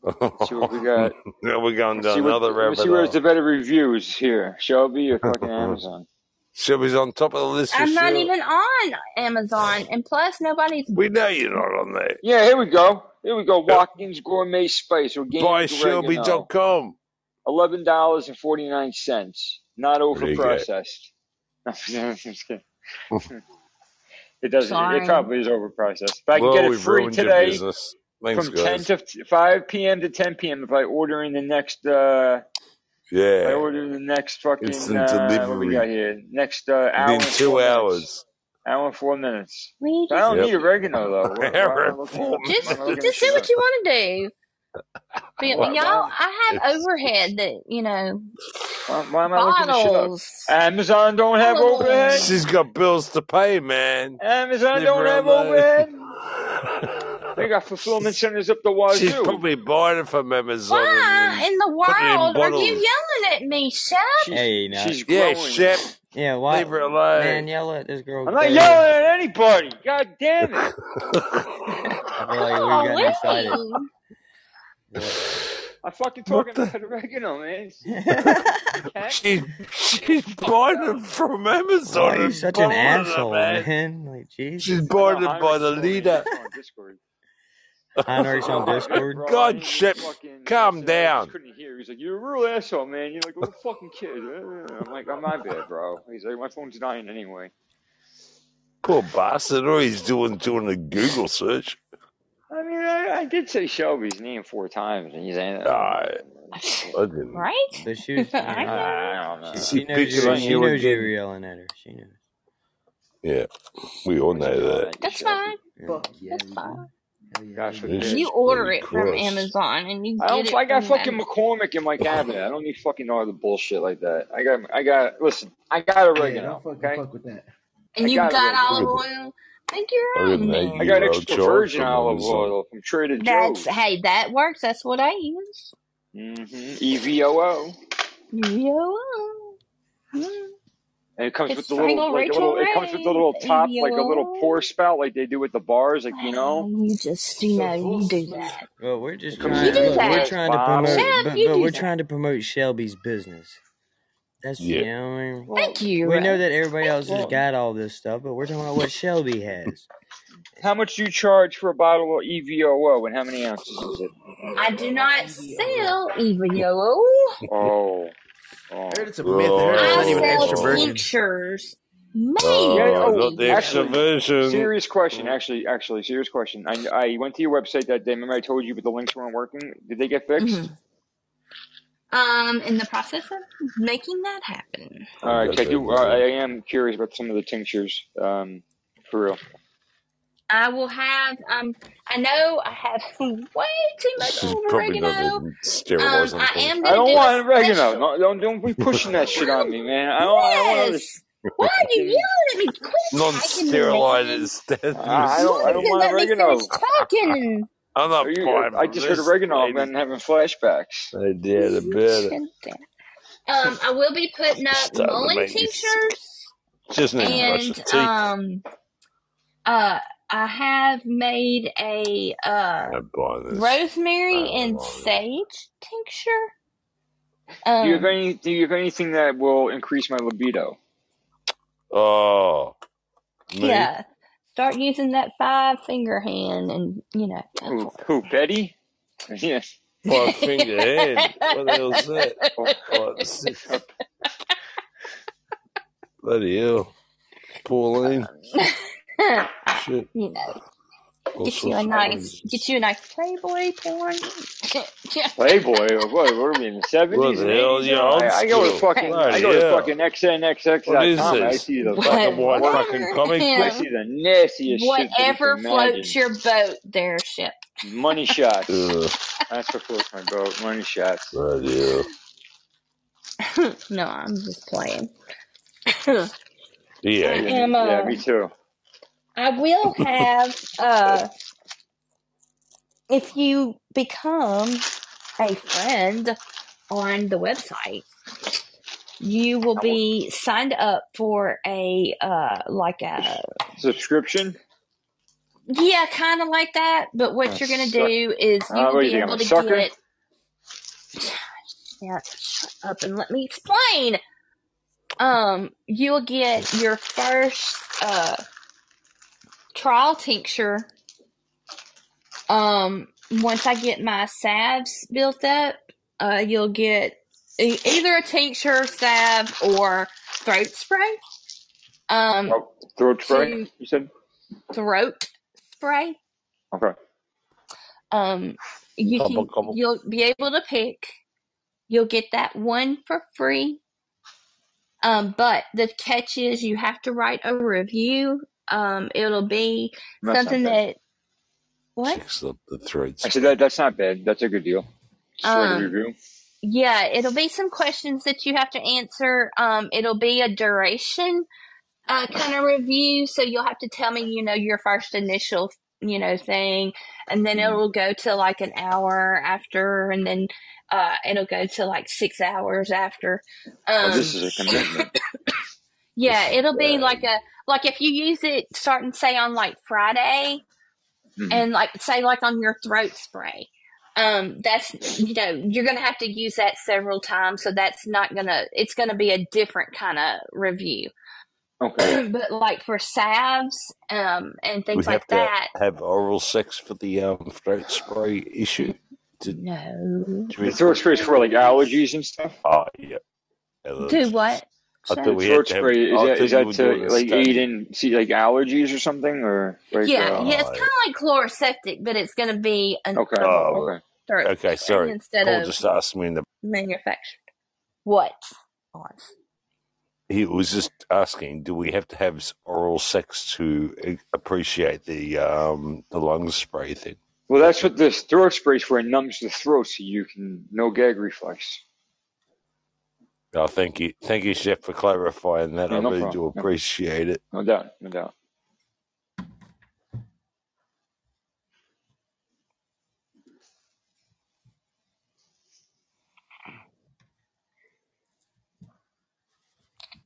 Speaker 5: Let's see what we got.
Speaker 7: now we're going
Speaker 5: Let's
Speaker 7: down
Speaker 5: see what.
Speaker 7: another
Speaker 5: Let's
Speaker 7: rabbit
Speaker 5: see where's
Speaker 7: hole.
Speaker 5: the better reviews here, Shelby or fucking Amazon.
Speaker 7: Shelby's on top of the list for
Speaker 4: I'm not
Speaker 7: sure.
Speaker 4: even on Amazon, and plus, nobody's.
Speaker 7: We know you're not on there.
Speaker 5: Yeah, here we go. Here we go.
Speaker 7: Uh,
Speaker 5: Watkins Gourmet Spice
Speaker 7: Buy
Speaker 5: Organic Oregano,
Speaker 7: Shelby.com.
Speaker 5: eleven dollars and forty nine cents. Not
Speaker 7: There you go.
Speaker 5: overprocessed. it doesn't. It
Speaker 4: Sorry.
Speaker 5: probably is overprocessed, but I can get
Speaker 7: Well,
Speaker 5: it
Speaker 7: we've
Speaker 5: free
Speaker 7: ruined your
Speaker 5: today.
Speaker 7: business. Thanks,
Speaker 5: from 10
Speaker 7: guys.
Speaker 5: to 5 p.m. to 10 p.m. if I order in the next, uh, if I
Speaker 7: Yeah,
Speaker 5: order in the next
Speaker 7: it's
Speaker 5: fucking,
Speaker 7: in
Speaker 5: uh, what we got
Speaker 7: delivery
Speaker 5: here? Next, uh, hour
Speaker 7: within
Speaker 5: and
Speaker 7: two
Speaker 5: four minutes.
Speaker 7: hours.
Speaker 5: Hour and four minutes.
Speaker 4: We
Speaker 5: So I
Speaker 4: just
Speaker 5: don't
Speaker 7: Yep,
Speaker 5: need oregano though. Why, why am
Speaker 7: hour
Speaker 5: I
Speaker 7: and
Speaker 5: looking
Speaker 7: four
Speaker 5: at, why
Speaker 4: just
Speaker 5: am I looking
Speaker 4: just
Speaker 5: this
Speaker 4: do
Speaker 5: shit
Speaker 4: what
Speaker 5: up?
Speaker 4: you want to do. But
Speaker 5: Why,
Speaker 4: y'all,
Speaker 5: why,
Speaker 4: I have
Speaker 7: minutes.
Speaker 4: overhead that you know
Speaker 5: why, why am I looking this shit up?
Speaker 4: bottles,
Speaker 5: Amazon don't have overhead.
Speaker 4: oh,
Speaker 7: She's got bills to pay, man.
Speaker 5: Amazon
Speaker 7: Leave
Speaker 5: don't
Speaker 7: her
Speaker 5: have
Speaker 7: alone.
Speaker 5: overhead. They got fulfillment
Speaker 7: she's,
Speaker 5: centers up the
Speaker 7: she's
Speaker 5: wazoo.
Speaker 7: probably buying it from Amazon and
Speaker 4: why
Speaker 7: then
Speaker 4: in the
Speaker 7: putting it in
Speaker 4: world are you
Speaker 7: bottles.
Speaker 4: yelling at me, Shep?
Speaker 5: She's,
Speaker 1: Hey, now,
Speaker 5: she's
Speaker 7: Yeah,
Speaker 5: growing
Speaker 7: Shep,
Speaker 5: it.
Speaker 1: yeah, why,
Speaker 7: leave her
Speaker 1: man,
Speaker 7: alone.
Speaker 1: y'all let this girl
Speaker 5: I'm not
Speaker 1: go.
Speaker 5: yelling at anybody. God damn it.
Speaker 1: I feel like we've gotten excited.
Speaker 4: Golly,
Speaker 1: What?
Speaker 5: I'm fucking
Speaker 9: What
Speaker 5: talking
Speaker 9: the-
Speaker 5: about oregano, man. Okay?
Speaker 9: She she's buying them from Amazon
Speaker 1: Why are you
Speaker 9: and
Speaker 1: such an
Speaker 9: bottling them,
Speaker 1: asshole,
Speaker 9: man.
Speaker 1: man? Like,
Speaker 9: She's
Speaker 5: I
Speaker 1: Jesus.
Speaker 5: know
Speaker 9: buying them by
Speaker 5: Heinrich's
Speaker 9: the
Speaker 5: told me
Speaker 9: leader.
Speaker 5: this on Discord.
Speaker 1: Heinrich's
Speaker 5: Oh
Speaker 1: on
Speaker 5: my god,
Speaker 1: Discord.
Speaker 5: bro! I
Speaker 9: God,
Speaker 5: didn't even
Speaker 9: shit,
Speaker 5: fucking
Speaker 9: calm
Speaker 5: listen. I just
Speaker 9: down.
Speaker 5: couldn't hear. He's like, "You're a real asshole, man." You're like a little fucking kid. Uh, I'm like, "I'm my bad, bro." He's like, "My phone's dying anyway."
Speaker 7: Poor bastard. All he's doing doing a Google search.
Speaker 5: I mean, I, I did say Shelby's name four times, and he's saying,
Speaker 7: No, I
Speaker 5: "Shit."
Speaker 7: didn't.
Speaker 4: right?
Speaker 1: But she was, you
Speaker 4: I
Speaker 1: know,
Speaker 4: know.
Speaker 5: I don't
Speaker 1: she
Speaker 5: know.
Speaker 7: She's
Speaker 1: she knows you.
Speaker 5: Just
Speaker 7: picturing
Speaker 1: She
Speaker 7: you
Speaker 5: saying,
Speaker 1: knows you were
Speaker 7: again.
Speaker 1: yelling at her. She knows.
Speaker 7: Yeah, we all
Speaker 5: "Why'd you
Speaker 7: know
Speaker 5: yell
Speaker 7: that.
Speaker 5: at you,
Speaker 4: That's
Speaker 5: Shelby?"
Speaker 4: fine.
Speaker 1: Yeah.
Speaker 8: Fuck yeah,
Speaker 4: That's
Speaker 8: you do.
Speaker 4: fine.
Speaker 8: Hell yeah,
Speaker 5: God
Speaker 8: you do.
Speaker 7: Jesus
Speaker 4: You
Speaker 5: forbid.
Speaker 4: order
Speaker 7: bloody
Speaker 4: it from
Speaker 7: Christ.
Speaker 4: Amazon and you get
Speaker 5: I don't.
Speaker 4: it
Speaker 5: I got
Speaker 4: from
Speaker 5: fucking
Speaker 4: them.
Speaker 5: McCormick in my cabinet. I don't need fucking all the bullshit like that. I got. I got. Listen, I got
Speaker 8: Yeah, don't
Speaker 5: oregano.
Speaker 8: fucking
Speaker 5: Okay,
Speaker 8: fuck with that.
Speaker 5: I
Speaker 4: And you've
Speaker 5: got
Speaker 4: got
Speaker 7: I
Speaker 5: oregano.
Speaker 4: olive
Speaker 7: got
Speaker 4: oil. Think you're
Speaker 7: I got
Speaker 4: on
Speaker 7: an eight
Speaker 4: there.
Speaker 5: I
Speaker 7: year
Speaker 5: got
Speaker 7: old
Speaker 5: extra
Speaker 7: child
Speaker 5: virgin
Speaker 7: from
Speaker 5: olive
Speaker 7: Amazon.
Speaker 5: oil from Trader
Speaker 4: That's
Speaker 5: Joe's.
Speaker 4: hey, that works. That's what I use.
Speaker 5: hmm EVOO,
Speaker 4: Yo,
Speaker 5: and it comes with
Speaker 4: it's
Speaker 5: the little
Speaker 4: Triangle
Speaker 5: like a
Speaker 4: Rachel E
Speaker 5: little. It comes with the
Speaker 4: Ray.
Speaker 5: little
Speaker 4: It's
Speaker 5: top, like a little
Speaker 4: EVOO.
Speaker 5: pour spout, like they do with the bars. Like you know,
Speaker 4: Wow, you just you
Speaker 8: So
Speaker 4: know you
Speaker 8: full
Speaker 4: do
Speaker 8: smoke.
Speaker 4: that.
Speaker 1: Well, we're
Speaker 5: it
Speaker 1: just
Speaker 5: comes
Speaker 4: You
Speaker 5: with
Speaker 4: do
Speaker 5: the
Speaker 1: trying. Look, we're
Speaker 4: that.
Speaker 5: glass
Speaker 1: trying
Speaker 4: Sam,
Speaker 1: to
Speaker 5: bottle.
Speaker 1: promote, but
Speaker 4: you
Speaker 1: but
Speaker 4: do
Speaker 1: we're
Speaker 4: that.
Speaker 1: trying to promote Shelby's business. That's
Speaker 7: Yeah.
Speaker 1: you know. I mean,
Speaker 5: Well,
Speaker 4: Thank you,
Speaker 1: we know
Speaker 4: Ray.
Speaker 1: that everybody
Speaker 4: Thank
Speaker 1: else has
Speaker 4: you.
Speaker 5: well,
Speaker 1: got all this stuff, but we're talking about what Shelby has.
Speaker 5: how much do you charge for a bottle of E EVOO, and how many ounces is it?
Speaker 4: I do not
Speaker 8: EVOO.
Speaker 4: sell EVO.
Speaker 5: Oh,
Speaker 8: I heard
Speaker 5: oh,
Speaker 8: it's a myth. I heard it's
Speaker 4: I
Speaker 8: not even
Speaker 4: sell
Speaker 8: extra
Speaker 7: Oh,
Speaker 8: virgin.
Speaker 4: tinctures
Speaker 5: yeah.
Speaker 4: made
Speaker 7: oh,
Speaker 4: with
Speaker 7: not
Speaker 5: Oh,
Speaker 7: the extra
Speaker 4: EVO.
Speaker 5: actually,
Speaker 7: version.
Speaker 5: serious question. Actually, actually, serious question. I I went to your website that day. Remember I told you, but the links weren't working. Did they get fixed?
Speaker 4: Mm-hmm. Um, in the process of making that happen.
Speaker 5: All
Speaker 7: I
Speaker 5: right,
Speaker 7: got
Speaker 5: 'cause I
Speaker 7: that
Speaker 5: do. Uh, I
Speaker 7: link.
Speaker 5: am curious about some of the tinctures. Um, for real.
Speaker 4: I will have um I know I have way too much
Speaker 7: She's
Speaker 4: old
Speaker 7: probably not
Speaker 4: oregano.
Speaker 7: even
Speaker 4: "Oh, Um
Speaker 7: sterilizing
Speaker 4: I
Speaker 7: things.
Speaker 4: am
Speaker 5: I
Speaker 4: gonna
Speaker 5: don't
Speaker 4: do a
Speaker 5: want oregano.
Speaker 4: special
Speaker 5: No, don't don't be pushing that shit on
Speaker 4: Well
Speaker 5: me, man. I don't. I don't want other
Speaker 4: yes. Why are you
Speaker 5: fucking.
Speaker 4: yelling at me? Quit
Speaker 7: Non
Speaker 4: tagging me,
Speaker 7: sterilized
Speaker 4: man.
Speaker 5: I I
Speaker 7: standards.
Speaker 5: don't. I
Speaker 4: You
Speaker 5: don't
Speaker 4: can
Speaker 5: want
Speaker 4: let me finish
Speaker 5: oregano.
Speaker 4: talking.
Speaker 7: I'm
Speaker 5: Are
Speaker 7: not
Speaker 5: you?
Speaker 7: buying
Speaker 5: I
Speaker 7: from
Speaker 5: just heard
Speaker 7: this
Speaker 5: oregano. I'm
Speaker 7: lady.
Speaker 5: gonna having flashbacks.
Speaker 7: I did a
Speaker 4: You
Speaker 7: bit.
Speaker 4: should do. Um, I will be putting
Speaker 7: It's
Speaker 4: up
Speaker 7: starting to
Speaker 4: mulling
Speaker 7: make me sick.
Speaker 4: tinctures
Speaker 7: She doesn't even brush
Speaker 4: and
Speaker 7: her teeth.
Speaker 4: um uh I have made a uh
Speaker 7: I'm buying this. I
Speaker 4: rosemary
Speaker 7: don't
Speaker 4: and
Speaker 7: want it.
Speaker 4: sage tincture.
Speaker 5: Do you have
Speaker 4: Um
Speaker 5: any? Do you have anything that will increase my libido?
Speaker 7: Oh, me?
Speaker 4: yeah. Start using that five finger hand and you know, go
Speaker 5: Who?
Speaker 4: for
Speaker 5: Who? Betty? Yes.
Speaker 7: Five finger hand. What the hell's that?
Speaker 5: Oh,
Speaker 7: Five,
Speaker 4: it.
Speaker 7: six. Bloody hell. Pauline.
Speaker 4: Um,
Speaker 7: Shit.
Speaker 4: you know,
Speaker 7: All
Speaker 4: get you a
Speaker 7: sorts of
Speaker 4: nice
Speaker 7: problems.
Speaker 4: get you a nice Playboy porn.
Speaker 5: Playboy. What? What are we in the
Speaker 7: What
Speaker 5: seventies
Speaker 7: the
Speaker 5: and
Speaker 7: hell?
Speaker 5: eighties
Speaker 7: You're
Speaker 5: now?
Speaker 7: old
Speaker 5: I, I go to
Speaker 7: school.
Speaker 5: fucking. I
Speaker 7: Bloody
Speaker 5: go to
Speaker 7: hell.
Speaker 5: fucking
Speaker 7: What is
Speaker 5: xnxx.com and I
Speaker 7: this?
Speaker 5: see the
Speaker 7: Black and
Speaker 5: fucking
Speaker 7: white
Speaker 5: work.
Speaker 7: fucking
Speaker 4: Whatever
Speaker 7: comic
Speaker 5: I
Speaker 7: book?
Speaker 4: him.
Speaker 5: see the nastiest shit that you can
Speaker 4: Whatever floats
Speaker 5: imagine.
Speaker 4: your boat there, ship.
Speaker 5: Money shots.
Speaker 7: Ugh,
Speaker 5: That's what floats my boat. Money shots.
Speaker 7: bloody hell.
Speaker 4: no, I'm just playing. I
Speaker 7: He ain't.
Speaker 5: Yeah, me,
Speaker 4: am
Speaker 5: yeah,
Speaker 4: uh
Speaker 5: me too.
Speaker 4: I will have uh if you become a friend on the website, you will
Speaker 5: I want
Speaker 4: be signed up for a uh like a
Speaker 5: subscription.
Speaker 4: yeah, kind of like that, but
Speaker 5: Oh,
Speaker 4: what you're going to
Speaker 5: suck.
Speaker 4: do is you
Speaker 5: Uh,
Speaker 4: will
Speaker 5: what do
Speaker 4: be
Speaker 5: you think? I'm
Speaker 4: able
Speaker 5: a
Speaker 4: to
Speaker 5: sucker.
Speaker 4: get yeah, shut up and let me explain. Um you'll get your first uh trial tincture um once i get my salves built up uh you'll get e- either a tincture salve or throat spray um
Speaker 5: Oh, throat spray.
Speaker 4: to
Speaker 5: You said
Speaker 4: throat spray
Speaker 5: okay.
Speaker 4: um you
Speaker 7: Gobble,
Speaker 4: can
Speaker 7: gobble.
Speaker 4: you'll be able to pick you'll get that one for free um but the catch is you have to write a review um it'll be
Speaker 5: That's not
Speaker 4: something
Speaker 5: bad.
Speaker 4: that what
Speaker 7: Six up the throat
Speaker 5: I said
Speaker 7: spray.
Speaker 5: that. That's not bad. That's a good deal. Just write a
Speaker 4: um
Speaker 5: review.
Speaker 4: Yeah, it'll be some questions that you have to answer. Um, it'll be a duration uh, kind of review, so you'll have to tell me, you know, your first initial, you know, thing, and then
Speaker 5: Mm.
Speaker 4: it'll go to like an hour after, and then uh, it'll go to like six hours after.
Speaker 5: Oh, this
Speaker 4: Um,
Speaker 5: is a commitment.
Speaker 4: yeah,
Speaker 7: This is
Speaker 4: it'll be like
Speaker 7: bad.
Speaker 4: a like if you use it starting say on like Friday,
Speaker 5: hmm
Speaker 7: Mm-hmm.
Speaker 4: and like say like on your throat spray. um that's you know you're gonna have to use that several times so that's not gonna it's gonna be a different kind of review
Speaker 5: Okay.
Speaker 4: but like for salves um and
Speaker 7: We
Speaker 4: things like
Speaker 7: have to
Speaker 4: that
Speaker 7: have oral sex for the um, throat spray issue. To,
Speaker 4: no
Speaker 7: to
Speaker 5: The
Speaker 7: be,
Speaker 5: throat spray's for like allergies and stuff.
Speaker 7: oh, yeah.
Speaker 4: do
Speaker 7: Allergies.
Speaker 4: what sir
Speaker 7: I thought
Speaker 5: The
Speaker 7: we had
Speaker 5: throat
Speaker 7: to have.
Speaker 5: spray is
Speaker 7: I
Speaker 5: that
Speaker 7: thought
Speaker 5: is
Speaker 7: you
Speaker 5: that
Speaker 7: were
Speaker 5: to
Speaker 7: doing a
Speaker 5: like aid
Speaker 7: study.
Speaker 5: in see like allergies or something or like
Speaker 4: yeah
Speaker 5: uh
Speaker 4: yeah it's kind
Speaker 7: Oh,
Speaker 4: of like chloroseptic but it's gonna be an
Speaker 5: okay
Speaker 7: oh,
Speaker 5: okay
Speaker 4: throat
Speaker 7: okay.
Speaker 4: spray
Speaker 7: Sorry.
Speaker 4: instead
Speaker 7: Paul
Speaker 4: of
Speaker 7: just asked me in the
Speaker 4: manufactured what Oz?
Speaker 7: he was just asking, do we have to have s- oral sex to a- appreciate the um the lung spray thing?
Speaker 5: well that's
Speaker 7: That's it.
Speaker 5: what this throat spray's for it numbs the throat so you can no gag reflex
Speaker 7: Oh, thank you, thank you, Chef, for clarifying that. I
Speaker 5: yeah no
Speaker 7: really
Speaker 5: problem
Speaker 7: do
Speaker 5: no,
Speaker 7: appreciate it.
Speaker 5: no doubt no doubt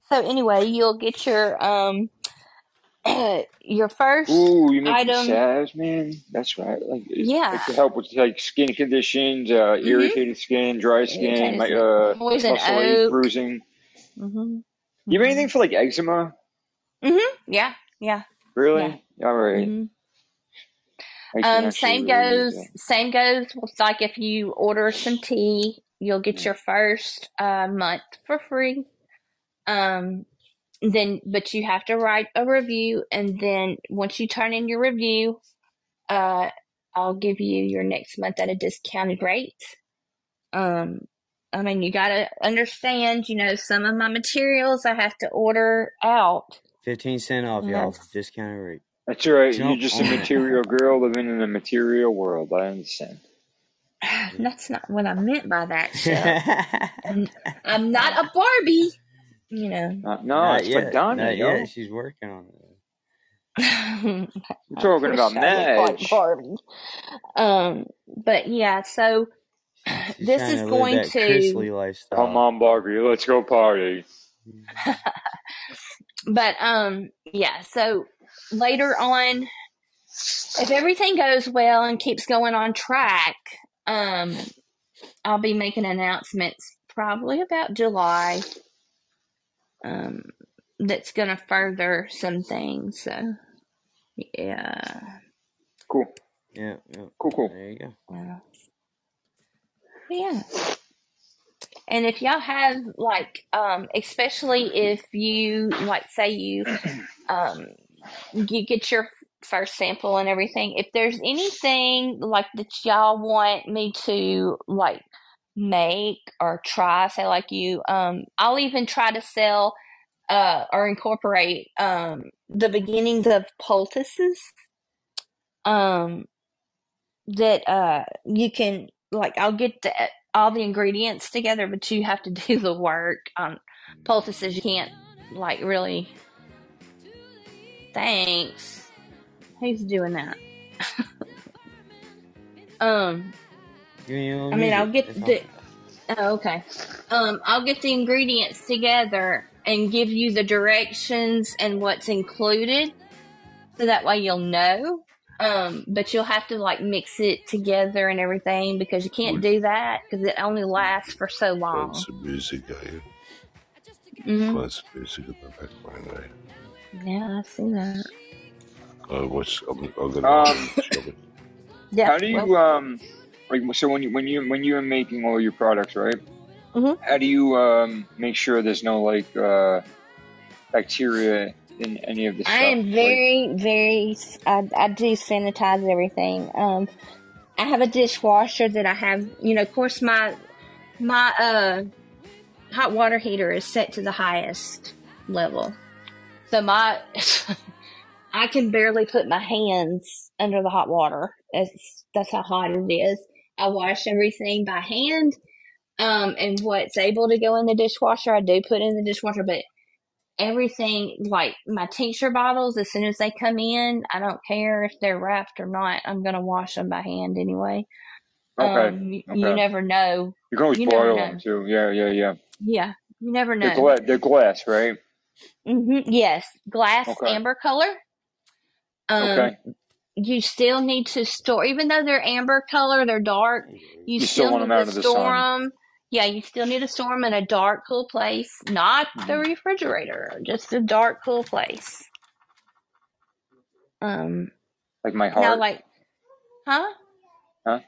Speaker 4: so anyway you'll get your um your first
Speaker 5: ooh you making
Speaker 4: item
Speaker 5: salves man that's right like it,
Speaker 4: yeah
Speaker 5: like to help with like skin conditions uh
Speaker 4: mm-hmm
Speaker 5: irritated skin dry skin
Speaker 4: irritated
Speaker 5: my
Speaker 4: skin.
Speaker 5: uh
Speaker 4: Poison
Speaker 5: muscle ache
Speaker 4: oak.
Speaker 5: bruising
Speaker 4: Mm-hmm.
Speaker 5: you have
Speaker 4: Mm-hmm.
Speaker 5: anything for like eczema
Speaker 4: Mm-hmm. Yeah. Yeah. Yeah.
Speaker 5: really all right
Speaker 4: Mm-hmm.
Speaker 5: I can
Speaker 4: Um,
Speaker 5: actually
Speaker 4: same
Speaker 5: really use
Speaker 4: goes.
Speaker 5: that
Speaker 4: Same goes with like if you order some tea, you'll get
Speaker 5: yeah
Speaker 4: your first uh, month for free. Um, then, but you have to write a review, and then once you turn in your review, uh, I'll give you your next month at a discounted rate. um i mean you gotta understand you know some of my materials i have to order out
Speaker 1: Fifteen cent off,
Speaker 4: you know
Speaker 1: y'all. Discounted rate.
Speaker 5: That's all right. You're
Speaker 1: Jump
Speaker 5: just a
Speaker 1: on it.
Speaker 5: material girl living in a material world. I understand.
Speaker 1: Yeah.
Speaker 4: that's not what i meant by that chef i'm, I'm not
Speaker 1: Not
Speaker 4: a barbie you know
Speaker 5: no, it's for
Speaker 1: yet.
Speaker 5: Donna,
Speaker 1: Not yet.
Speaker 5: yo.
Speaker 1: She's working on it.
Speaker 4: i
Speaker 5: We're talking
Speaker 4: wish i looked like
Speaker 5: about marriage.
Speaker 4: barbie um but yeah so
Speaker 1: She's
Speaker 4: this
Speaker 1: trying
Speaker 4: is
Speaker 1: to live
Speaker 4: going
Speaker 1: that
Speaker 4: to
Speaker 1: Chrisley
Speaker 5: Come
Speaker 1: lifestyle.
Speaker 5: on, Barbie, let's go party.
Speaker 4: but um yeah so later on if everything goes well and keeps going on track um I'll be making announcements probably about July. Um, that's gonna further some things. So yeah,
Speaker 5: Cool,
Speaker 1: Yeah, yeah.
Speaker 5: cool, cool.
Speaker 1: There you go.
Speaker 4: yeah, But yeah. And if y'all have like, um, especially if you like, say you um, you get your first sample and everything. If there's anything like that y'all want me to like make or try, say like you, um, I'll even try to sell uh, or incorporate um, the beginnings of poultices um, that uh, you can like i'll get the, all the ingredients together but you have to do the work on poultices you can't like really thanks who's doing that um
Speaker 1: Doing your
Speaker 4: i
Speaker 1: own
Speaker 4: mean i'll
Speaker 1: music.
Speaker 4: get
Speaker 1: That's all.
Speaker 4: the oh, okay um i'll get the ingredients together and give you the directions and what's included so that way you'll know. Um, but you'll have to like mix it together and everything because you can't
Speaker 7: Would
Speaker 4: do that because it only lasts for so
Speaker 7: playing
Speaker 4: long.
Speaker 7: some music, are you?
Speaker 4: Mm-hmm.
Speaker 7: Playing some music in the background, are you?
Speaker 4: Yeah, I see that.
Speaker 7: I watch. I'm, I'm gonna go on
Speaker 5: Um,
Speaker 7: and watch it.
Speaker 4: Yeah.
Speaker 5: how do
Speaker 4: Well.
Speaker 5: you um, like so when you when you when you're making all your products, right?
Speaker 4: hmm
Speaker 5: How do you um make sure there's no like uh bacteria in any of the
Speaker 4: I
Speaker 5: stuff?
Speaker 4: am
Speaker 5: Like,
Speaker 4: very, very. I, I do sanitize everything. Um, I have a dishwasher that I have. You know, of course, my my uh hot water heater is set to the highest level, so my I can barely put my hands under the hot water. That's that's how hot it is. I wash everything by hand. Um, and what's able to go in the dishwasher, I do put in the dishwasher. But everything, like my tincture bottles, as soon as they come in, I don't care if they're wrapped or not. I'm gonna wash them by hand anyway.
Speaker 5: okay,
Speaker 4: Um, you, you
Speaker 5: okay.
Speaker 4: never know.
Speaker 5: You can always
Speaker 4: You never
Speaker 5: boil them
Speaker 4: know.
Speaker 5: too. Yeah, yeah, yeah.
Speaker 4: Yeah, you never
Speaker 5: They're
Speaker 4: know.
Speaker 5: glass. They're glass, right?
Speaker 4: hmm Yes, glass
Speaker 5: Okay,
Speaker 4: amber color. Um,
Speaker 5: okay.
Speaker 4: you still need to store, even though they're amber color, they're dark, you
Speaker 5: You still
Speaker 4: still
Speaker 5: want them
Speaker 4: need to
Speaker 5: out of the
Speaker 4: store
Speaker 5: sun.
Speaker 4: them. Yeah, you still need to store them in a dark, cool place, not the
Speaker 5: hmm
Speaker 4: refrigerator, just a dark, cool place. Um,
Speaker 5: Like my
Speaker 4: now,
Speaker 5: heart,
Speaker 4: like, huh?
Speaker 5: huh?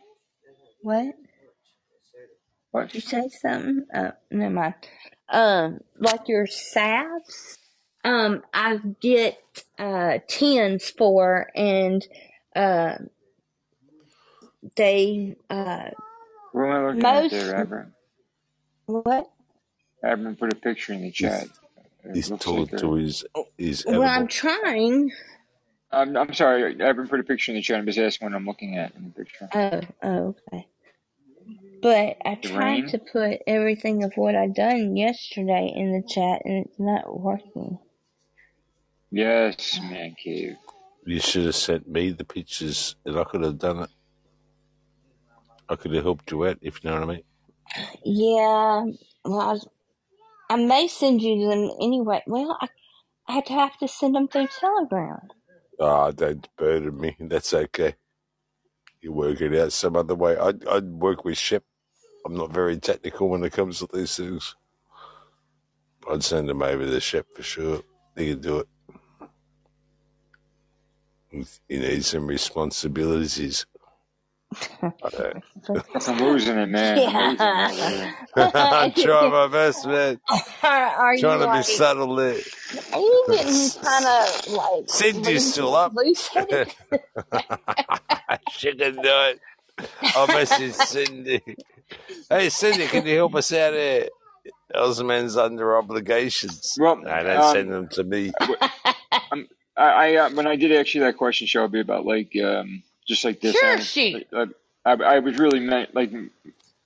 Speaker 4: What?
Speaker 5: What?
Speaker 4: You say something? Oh, never mind. Um, like your salves, um, I get uh tins for, and uh, they uh
Speaker 5: What am I looking at
Speaker 4: most
Speaker 5: there, Abram?
Speaker 4: what?
Speaker 5: Abram put a picture in the
Speaker 7: He's
Speaker 5: chat. It
Speaker 7: he's
Speaker 5: looks like
Speaker 7: talking
Speaker 5: a.
Speaker 7: to his his
Speaker 4: Well, I'm
Speaker 7: edible.
Speaker 4: trying.
Speaker 5: I'm I'm sorry. Abram put a picture in the chat. I'm just asking what I'm looking at in the picture.
Speaker 4: Oh, oh, okay. But I
Speaker 5: The
Speaker 4: tried
Speaker 5: rain.
Speaker 4: to put everything of what I done yesterday in the chat, and it's not working.
Speaker 5: Yes, man cave.
Speaker 7: You should have sent me the pictures, and I could have done it. I could have helped you out, if you know what I mean.
Speaker 4: Yeah, well, I, was- I may send you them anyway. Well, I I'd have to send them through Telegram.
Speaker 7: Ah, don't burden me. That's okay. You work it out some other way. I'd, I'd work with Shep. I'm not very technical when it comes to these things. I'd send them over to Shep for sure. They can do it. You need some responsibilities. I don't
Speaker 5: I'm losing it, man. I'm losing it
Speaker 4: yeah.
Speaker 5: over here.
Speaker 9: I'm trying my best, man.
Speaker 4: Are you
Speaker 9: Trying to be
Speaker 4: like,
Speaker 9: subtle there.
Speaker 4: are you getting kind of like
Speaker 9: Cindy's
Speaker 4: loose,
Speaker 9: still up.
Speaker 4: loose headed?
Speaker 9: she can do it. I'll message Cindy. Hey, Cindy, can you help us out here? Osman's under obligations.
Speaker 5: Well,
Speaker 9: No, don't send
Speaker 5: um,
Speaker 9: them to me.
Speaker 5: wh- um, I, I uh, when I did actually that question, Shelby, about like um, just like this,
Speaker 4: sure,
Speaker 5: and
Speaker 4: shoot.
Speaker 5: uh, I, I was really meant like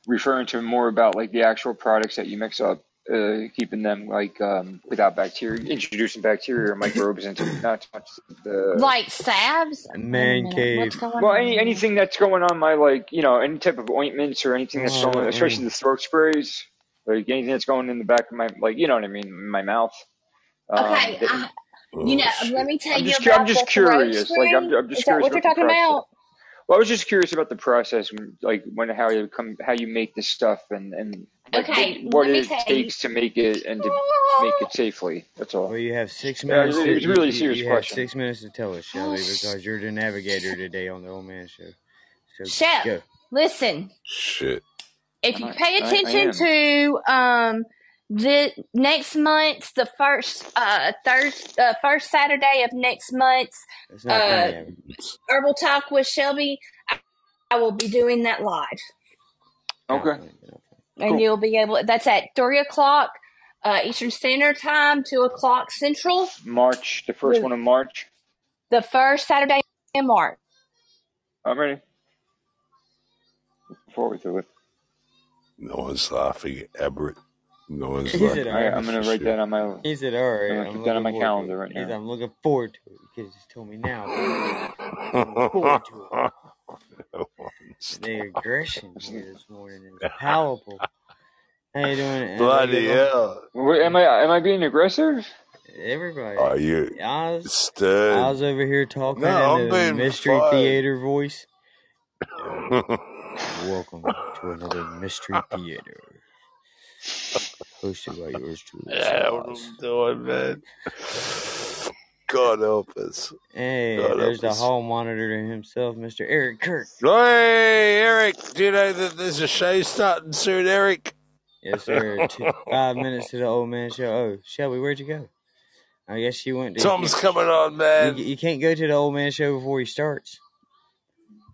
Speaker 5: referring to more about like the actual products that you mix up, uh, keeping them like um, without bacteria, introducing bacteria or microbes into not so much uh, the
Speaker 4: Like salves? Wait a
Speaker 1: Man
Speaker 4: minute, what's
Speaker 1: cave.
Speaker 4: going
Speaker 5: well
Speaker 4: on
Speaker 5: any
Speaker 4: here?
Speaker 5: anything that's going on my like you know any type of ointments or anything that's
Speaker 7: Mm-hmm.
Speaker 5: going especially
Speaker 1: Mm-mm.
Speaker 5: the throat sprays like anything that's going in the back of my like you know what I mean my mouth um
Speaker 4: Okay, uh-huh.
Speaker 5: that,
Speaker 4: I, you
Speaker 7: oh
Speaker 4: know, um, let
Speaker 7: shit!
Speaker 4: me tell
Speaker 5: I'm
Speaker 4: you
Speaker 5: just cu- I'm
Speaker 4: about the
Speaker 5: just
Speaker 4: throat
Speaker 5: curious like I'm
Speaker 4: spray.
Speaker 5: I'm just
Speaker 4: Is that
Speaker 5: curious
Speaker 4: what you're
Speaker 5: about the
Speaker 4: talking
Speaker 5: process.
Speaker 4: about?
Speaker 5: Well, I was just curious about the process, when, like when how you come, how you make this stuff, and and like what
Speaker 4: Okay,
Speaker 5: what
Speaker 4: let me
Speaker 5: it
Speaker 4: tell you.
Speaker 5: takes to make it and to make it safely. That's all.
Speaker 1: Well, you have six
Speaker 5: Yeah, it
Speaker 1: minutes
Speaker 5: was
Speaker 1: to
Speaker 5: it was a
Speaker 1: you,
Speaker 5: really
Speaker 1: you.
Speaker 5: serious
Speaker 1: You have
Speaker 5: question.
Speaker 1: six minutes to tell us,
Speaker 4: Oh,
Speaker 1: Shelby,
Speaker 4: sh-
Speaker 1: because you're the navigator today on the Old Man Show. So
Speaker 4: Shep,
Speaker 1: go.
Speaker 4: listen.
Speaker 7: Shit!
Speaker 4: if you
Speaker 5: I
Speaker 4: pay
Speaker 5: I, I
Speaker 4: attention
Speaker 5: am.
Speaker 4: to um the next month's the first uh Thursday uh, first Saturday of next month's
Speaker 1: That's not
Speaker 4: uh
Speaker 1: funny, Evan.
Speaker 4: herbal talk with Shelby, I, I will be doing that live,
Speaker 1: Not
Speaker 5: Okay,
Speaker 1: funny, but not funny.
Speaker 4: and
Speaker 5: cool.
Speaker 4: you'll be able. That's at three o'clock uh, Eastern Standard Time, two o'clock Central,
Speaker 5: March, the first
Speaker 4: with
Speaker 5: one in March.
Speaker 4: the first Saturday in March.
Speaker 5: I'm ready. Look forward to it.
Speaker 7: No one's laughing at Aberrett. No one's
Speaker 1: He said,
Speaker 7: laughing
Speaker 1: "All
Speaker 5: I
Speaker 7: at
Speaker 5: I'm
Speaker 1: right."
Speaker 7: him
Speaker 5: gonna
Speaker 7: for sure.
Speaker 5: write that on my I'm
Speaker 1: He said, "All right."
Speaker 5: gonna
Speaker 1: I'm
Speaker 5: put that on
Speaker 1: looking
Speaker 5: my
Speaker 1: forward to it.
Speaker 5: calendar right
Speaker 1: He said,
Speaker 5: now.
Speaker 1: "I'm looking forward to it." You could have just told me now, brother. Looking forward to it.
Speaker 7: no one's
Speaker 1: The aggression
Speaker 5: It's-
Speaker 1: here this morning is palpable. How you doing, everybody? Good,
Speaker 7: Bloody
Speaker 1: Lord.
Speaker 7: hell!
Speaker 5: Wait, am
Speaker 1: Yeah.
Speaker 5: I am I being aggressive?
Speaker 1: Everybody.
Speaker 7: Are you
Speaker 1: I was, I
Speaker 7: stern?
Speaker 1: was over here talking in
Speaker 7: No, I'm
Speaker 1: the
Speaker 7: being
Speaker 1: mystery
Speaker 7: fine.
Speaker 1: theater voice. Uh, welcome to another mystery theater hosted by yours truly,
Speaker 9: Yeah, what
Speaker 1: Shabazz.
Speaker 9: I'm doing, man.
Speaker 7: God help us.
Speaker 1: Hey,
Speaker 7: God help
Speaker 1: there's the
Speaker 7: us.
Speaker 1: hall monitor himself, Mr. Eric Kirk.
Speaker 9: Hey, Eric, do you know that there's a show starting soon, Eric?
Speaker 1: Yes, sir. Two, five minutes to the old man show. Oh, Shelby, where'd you go? I guess you went to. You
Speaker 9: Tom's
Speaker 1: can't.
Speaker 9: coming on,
Speaker 1: You,
Speaker 9: man.
Speaker 1: you can't go to the old man show before he starts.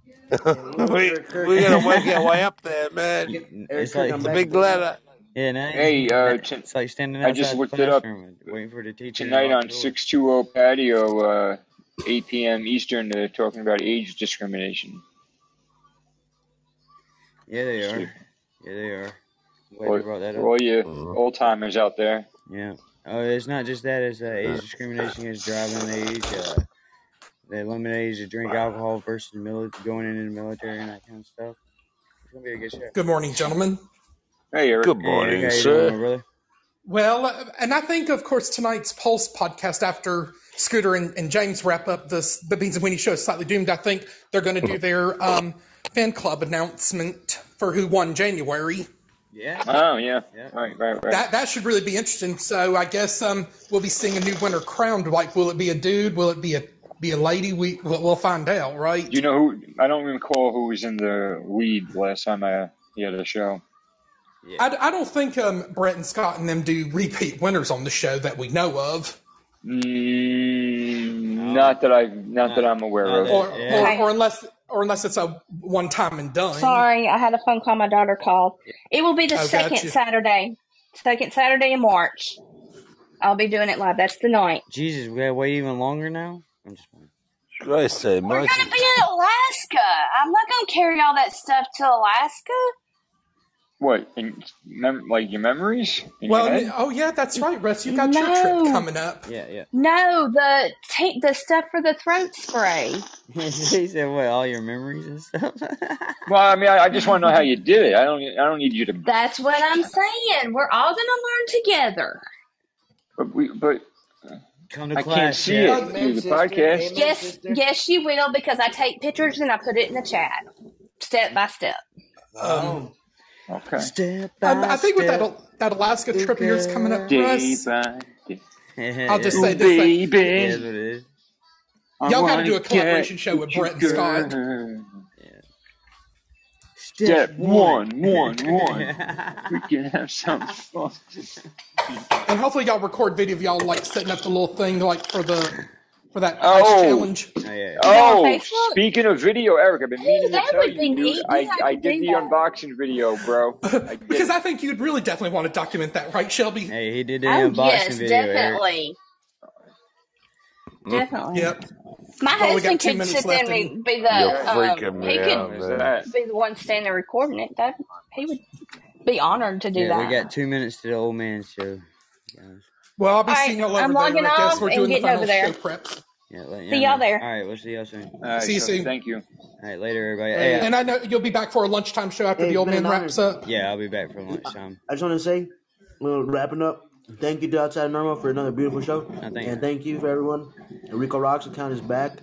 Speaker 8: Yeah, where's
Speaker 9: we
Speaker 8: Eric Kirk?
Speaker 9: we gotta work our way
Speaker 1: You-
Speaker 9: up there, man.
Speaker 8: Eric
Speaker 1: it's
Speaker 8: Kirk,
Speaker 1: like
Speaker 8: I'm
Speaker 9: It's a
Speaker 8: back.
Speaker 9: big ladder.
Speaker 1: Yeah, now you
Speaker 5: Hey, uh,
Speaker 1: that,
Speaker 5: t-
Speaker 1: it's like standing
Speaker 5: I just
Speaker 1: outside the
Speaker 5: looked it up.
Speaker 1: classroom and waiting for the teacher to
Speaker 5: tonight
Speaker 1: unlock
Speaker 5: on
Speaker 1: the door.
Speaker 5: 620 patio uh 8 p.m eastern they're talking about age discrimination
Speaker 1: Yeah, they
Speaker 5: just
Speaker 1: are.
Speaker 5: to,
Speaker 1: Yeah, they are. I'm glad you
Speaker 5: for,
Speaker 1: brought that
Speaker 5: for
Speaker 1: up.
Speaker 5: all you
Speaker 7: Mhm.
Speaker 5: old timers out there
Speaker 1: Yeah. Oh, it's not just that. It's uh, age discrimination against driving age. Uh, the limited age to drink alcohol versus mili- going into the military and that kind of stuff. It's gonna be a good show.
Speaker 11: Good morning, gentlemen.
Speaker 5: hey eric
Speaker 7: Good
Speaker 1: Hey, Eric,
Speaker 7: morning,
Speaker 1: how you doing,
Speaker 7: sir.
Speaker 11: uh,
Speaker 1: my brother?
Speaker 11: Well, and I think, of course, tonight's Pulse podcast after. Scooter and, and James wrap up this the Beans and Weenie show is slightly doomed. I think they're going to do their um, fan club announcement for who won January.
Speaker 1: Yeah.
Speaker 5: Oh yeah.
Speaker 1: Yeah.
Speaker 5: Right, right, right.
Speaker 11: That that should really be interesting. So I guess um, we'll be seeing a new winner crowned. Like, will it be a dude? Will it be a be a lady? We we'll, we'll find out, right?
Speaker 5: Do you know who? I don't recall who was in the lead last time I he had a show.
Speaker 1: Yeah.
Speaker 11: I, I don't think um, Brett and Scott and them do repeat winners on the show that we know of,
Speaker 5: Mm, not that I, not that I'm aware
Speaker 1: Not
Speaker 5: of.
Speaker 1: that-
Speaker 11: or
Speaker 1: yeah.
Speaker 11: or, or unless or unless it's a one time and done.
Speaker 4: Sorry, I had a phone call. My daughter called. It will be the
Speaker 11: Oh,
Speaker 4: second
Speaker 11: gotcha.
Speaker 4: Saturday, second Saturday in March. I'll be doing it live. That's the night.
Speaker 1: Jesus, we gotta wait even longer now. I'm just. wondering.
Speaker 7: Christ say
Speaker 4: We're
Speaker 7: mighty.
Speaker 4: gonna be in Alaska. I'm not gonna carry all that stuff to Alaska.
Speaker 5: What? In mem- like your memories in your
Speaker 11: Well, n-
Speaker 5: head?
Speaker 11: oh yeah, that's right, Russ. You got your trip
Speaker 4: No,
Speaker 11: coming up.
Speaker 1: Yeah, yeah.
Speaker 4: no, the ta- the stuff for the throat spray.
Speaker 1: he said, "What? All your memories and stuff."
Speaker 5: Well, I mean, I, I just want to know how you did it. I don't, I don't need you to.
Speaker 4: That's what I'm saying. We're all gonna learn together.
Speaker 5: But we, but
Speaker 1: Come to
Speaker 5: I can't
Speaker 1: class,
Speaker 5: see it
Speaker 1: Jeff.
Speaker 8: Amen,
Speaker 5: through the
Speaker 8: sister.
Speaker 5: podcast.
Speaker 8: Amen,
Speaker 4: Yes,
Speaker 8: sister.
Speaker 4: yes, you will because I take pictures and I put it in the chat, step by step.
Speaker 11: Um,
Speaker 5: Oh,
Speaker 8: Wow.
Speaker 5: Okay.
Speaker 1: Step
Speaker 11: um,
Speaker 1: by
Speaker 11: I think with that
Speaker 1: step,
Speaker 11: Al- that Alaska
Speaker 1: the
Speaker 11: trip of yours coming up,
Speaker 1: girl.
Speaker 5: Day
Speaker 11: Russ.
Speaker 5: by day.
Speaker 1: yeah,
Speaker 11: I'll
Speaker 1: yeah,
Speaker 11: just
Speaker 1: yeah.
Speaker 11: say
Speaker 5: Ooh,
Speaker 11: this: that
Speaker 1: Yeah, that's
Speaker 5: baby,
Speaker 1: what it is.
Speaker 5: I
Speaker 11: y'all got to do
Speaker 5: wanna
Speaker 11: a
Speaker 5: get
Speaker 11: collaboration show
Speaker 5: with
Speaker 11: with
Speaker 5: you,
Speaker 11: Brett and Scott.
Speaker 5: girl.
Speaker 1: Yeah. Step
Speaker 5: Step
Speaker 1: one. Oh,
Speaker 5: one, one, one. We can have some fun.
Speaker 11: and hopefully y'all record video of y'all like setting up the little thing like for the for that ice
Speaker 5: Oh,
Speaker 11: challenge.
Speaker 1: oh yeah.
Speaker 4: You go on
Speaker 5: oh!
Speaker 4: Facebook?
Speaker 5: Speaking of video, Eric, I've been
Speaker 4: Ooh,
Speaker 5: meaning to
Speaker 4: that
Speaker 5: tell
Speaker 4: would
Speaker 5: you,
Speaker 4: be
Speaker 5: dude.
Speaker 4: neat. Yeah,
Speaker 5: I
Speaker 4: I
Speaker 5: I
Speaker 4: could
Speaker 5: did
Speaker 4: do
Speaker 5: the
Speaker 4: that.
Speaker 5: unboxing video, bro. I did
Speaker 11: Because
Speaker 5: it.
Speaker 11: I think you'd really definitely want to document that, right, Shelby?
Speaker 1: Hey, he did the
Speaker 4: Oh
Speaker 1: unboxing
Speaker 4: yes,
Speaker 1: video, Eric.
Speaker 4: definitely, definitely.
Speaker 11: Yep.
Speaker 4: My
Speaker 11: Well, Mm. we
Speaker 4: husband
Speaker 11: got two
Speaker 4: could
Speaker 11: minutes
Speaker 4: sit
Speaker 11: left,
Speaker 4: there
Speaker 11: and
Speaker 4: and be
Speaker 7: You're
Speaker 4: the
Speaker 5: Okay,
Speaker 4: um
Speaker 7: freaking me
Speaker 4: he could
Speaker 7: out,
Speaker 5: there's
Speaker 7: man.
Speaker 5: that.
Speaker 4: be the one standing there recording it. That he would be honored to do
Speaker 1: Yeah, we
Speaker 4: that.
Speaker 1: got two minutes to the old man's show, guys.
Speaker 11: well, I'll
Speaker 4: All
Speaker 11: be
Speaker 4: right,
Speaker 11: seeing y'all
Speaker 4: I'm
Speaker 11: over
Speaker 4: logging
Speaker 11: there. I guess
Speaker 4: off
Speaker 11: we're
Speaker 4: and
Speaker 11: doing the
Speaker 4: getting over
Speaker 11: final show
Speaker 4: there.
Speaker 11: preps.
Speaker 1: Yeah, let
Speaker 4: See
Speaker 1: y'all
Speaker 4: y'all
Speaker 1: know.
Speaker 4: there.
Speaker 1: All right, we'll see y'all soon.
Speaker 5: All right,
Speaker 11: See you
Speaker 5: Shelby.
Speaker 11: soon.
Speaker 5: Thank you.
Speaker 1: All right, later, everybody. Hey, I,
Speaker 11: And
Speaker 8: Hey,
Speaker 11: I know you'll be back for a lunchtime show after
Speaker 8: hey,
Speaker 11: the
Speaker 8: it's
Speaker 11: old
Speaker 8: been an
Speaker 11: man wraps
Speaker 8: honor.
Speaker 11: up.
Speaker 1: yeah, I'll be back for lunchtime.
Speaker 8: I just want to say, we're wrapping up. Thank you to Outside Normal for another beautiful show,
Speaker 1: No, thank
Speaker 8: and
Speaker 1: you.
Speaker 8: thank you for everyone. Rico Rocks account is back,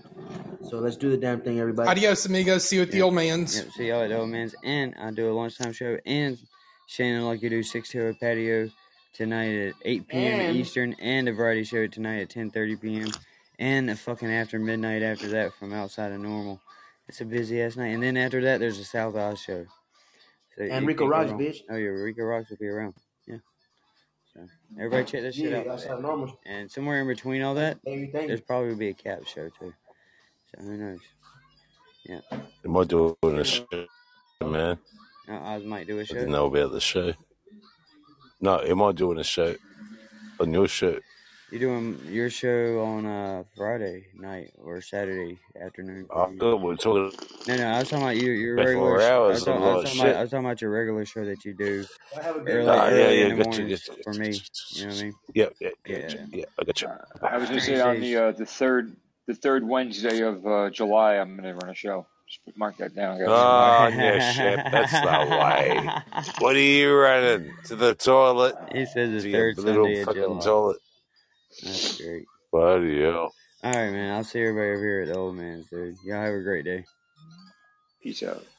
Speaker 8: so let's do the damn thing, everybody.
Speaker 11: Adios, amigos. See you at the
Speaker 1: Yep,
Speaker 11: old man's.
Speaker 1: yep. See y'all at the old man's, and I'll do a lunchtime show, and Shannon like you do six to patio tonight at 8 p.m.
Speaker 8: And
Speaker 1: Eastern, and a variety show tonight at 10:30 p.m. and the fucking after midnight after that from outside of normal. It's a busy ass night, and then after that there's a South Oz show, so
Speaker 8: and
Speaker 1: you
Speaker 8: Rico
Speaker 1: can't go
Speaker 8: Rocks,
Speaker 1: wrong.
Speaker 8: bitch.
Speaker 1: Oh yeah, Rico Rocks will be around. Yeah. So everybody check that shit out.
Speaker 8: Yeah, Outside Normal.
Speaker 1: And somewhere in between all
Speaker 8: Thank you,
Speaker 1: that,
Speaker 8: thank you, thank
Speaker 1: there's
Speaker 8: you.
Speaker 1: probably be a cap show too. So who knows? Yeah.
Speaker 7: Am I doing a show, man?
Speaker 1: Now Uh, Oz might do a
Speaker 7: I didn't
Speaker 1: show.
Speaker 7: know about the show. No, am I doing a show on your show?
Speaker 1: You're doing your show on uh Friday night or Saturday afternoon
Speaker 7: I
Speaker 1: for you.
Speaker 7: thought we were talking
Speaker 1: No, no, I was talking about your your
Speaker 7: about
Speaker 1: regular.
Speaker 7: four
Speaker 1: Sh- I was
Speaker 7: hours.
Speaker 1: talking.
Speaker 7: I'm
Speaker 1: I was
Speaker 7: like,
Speaker 1: talking about.
Speaker 7: shit.
Speaker 1: I was talking about your regular show that you do
Speaker 8: Y'all have a good
Speaker 1: early,
Speaker 7: Ah,
Speaker 8: night.
Speaker 7: yeah,
Speaker 1: early in
Speaker 7: yeah,
Speaker 1: the
Speaker 7: gotcha,
Speaker 1: mornings
Speaker 7: gotcha,
Speaker 1: for
Speaker 7: gotcha.
Speaker 1: me. You know what I mean?
Speaker 7: Yeah, yeah, yeah,
Speaker 1: Yeah,
Speaker 7: yeah, I gotcha.
Speaker 5: I was gonna say on the
Speaker 1: Thursdays.
Speaker 5: uh, the third the third Wednesday of uh, July, I'm gonna run a show. Just mark that down. I gotta remember that.
Speaker 7: Ah, no shit. That's the way. What are you running? To the toilet?
Speaker 1: he says the
Speaker 7: To your
Speaker 1: third
Speaker 7: little
Speaker 1: Sunday of
Speaker 7: fucking
Speaker 1: July.
Speaker 7: toilet?
Speaker 1: That's great.
Speaker 7: Bloody hell.
Speaker 1: All right, man. I'll see everybody over here at the old man's, dude. Y'all have a great day.
Speaker 5: Peace out.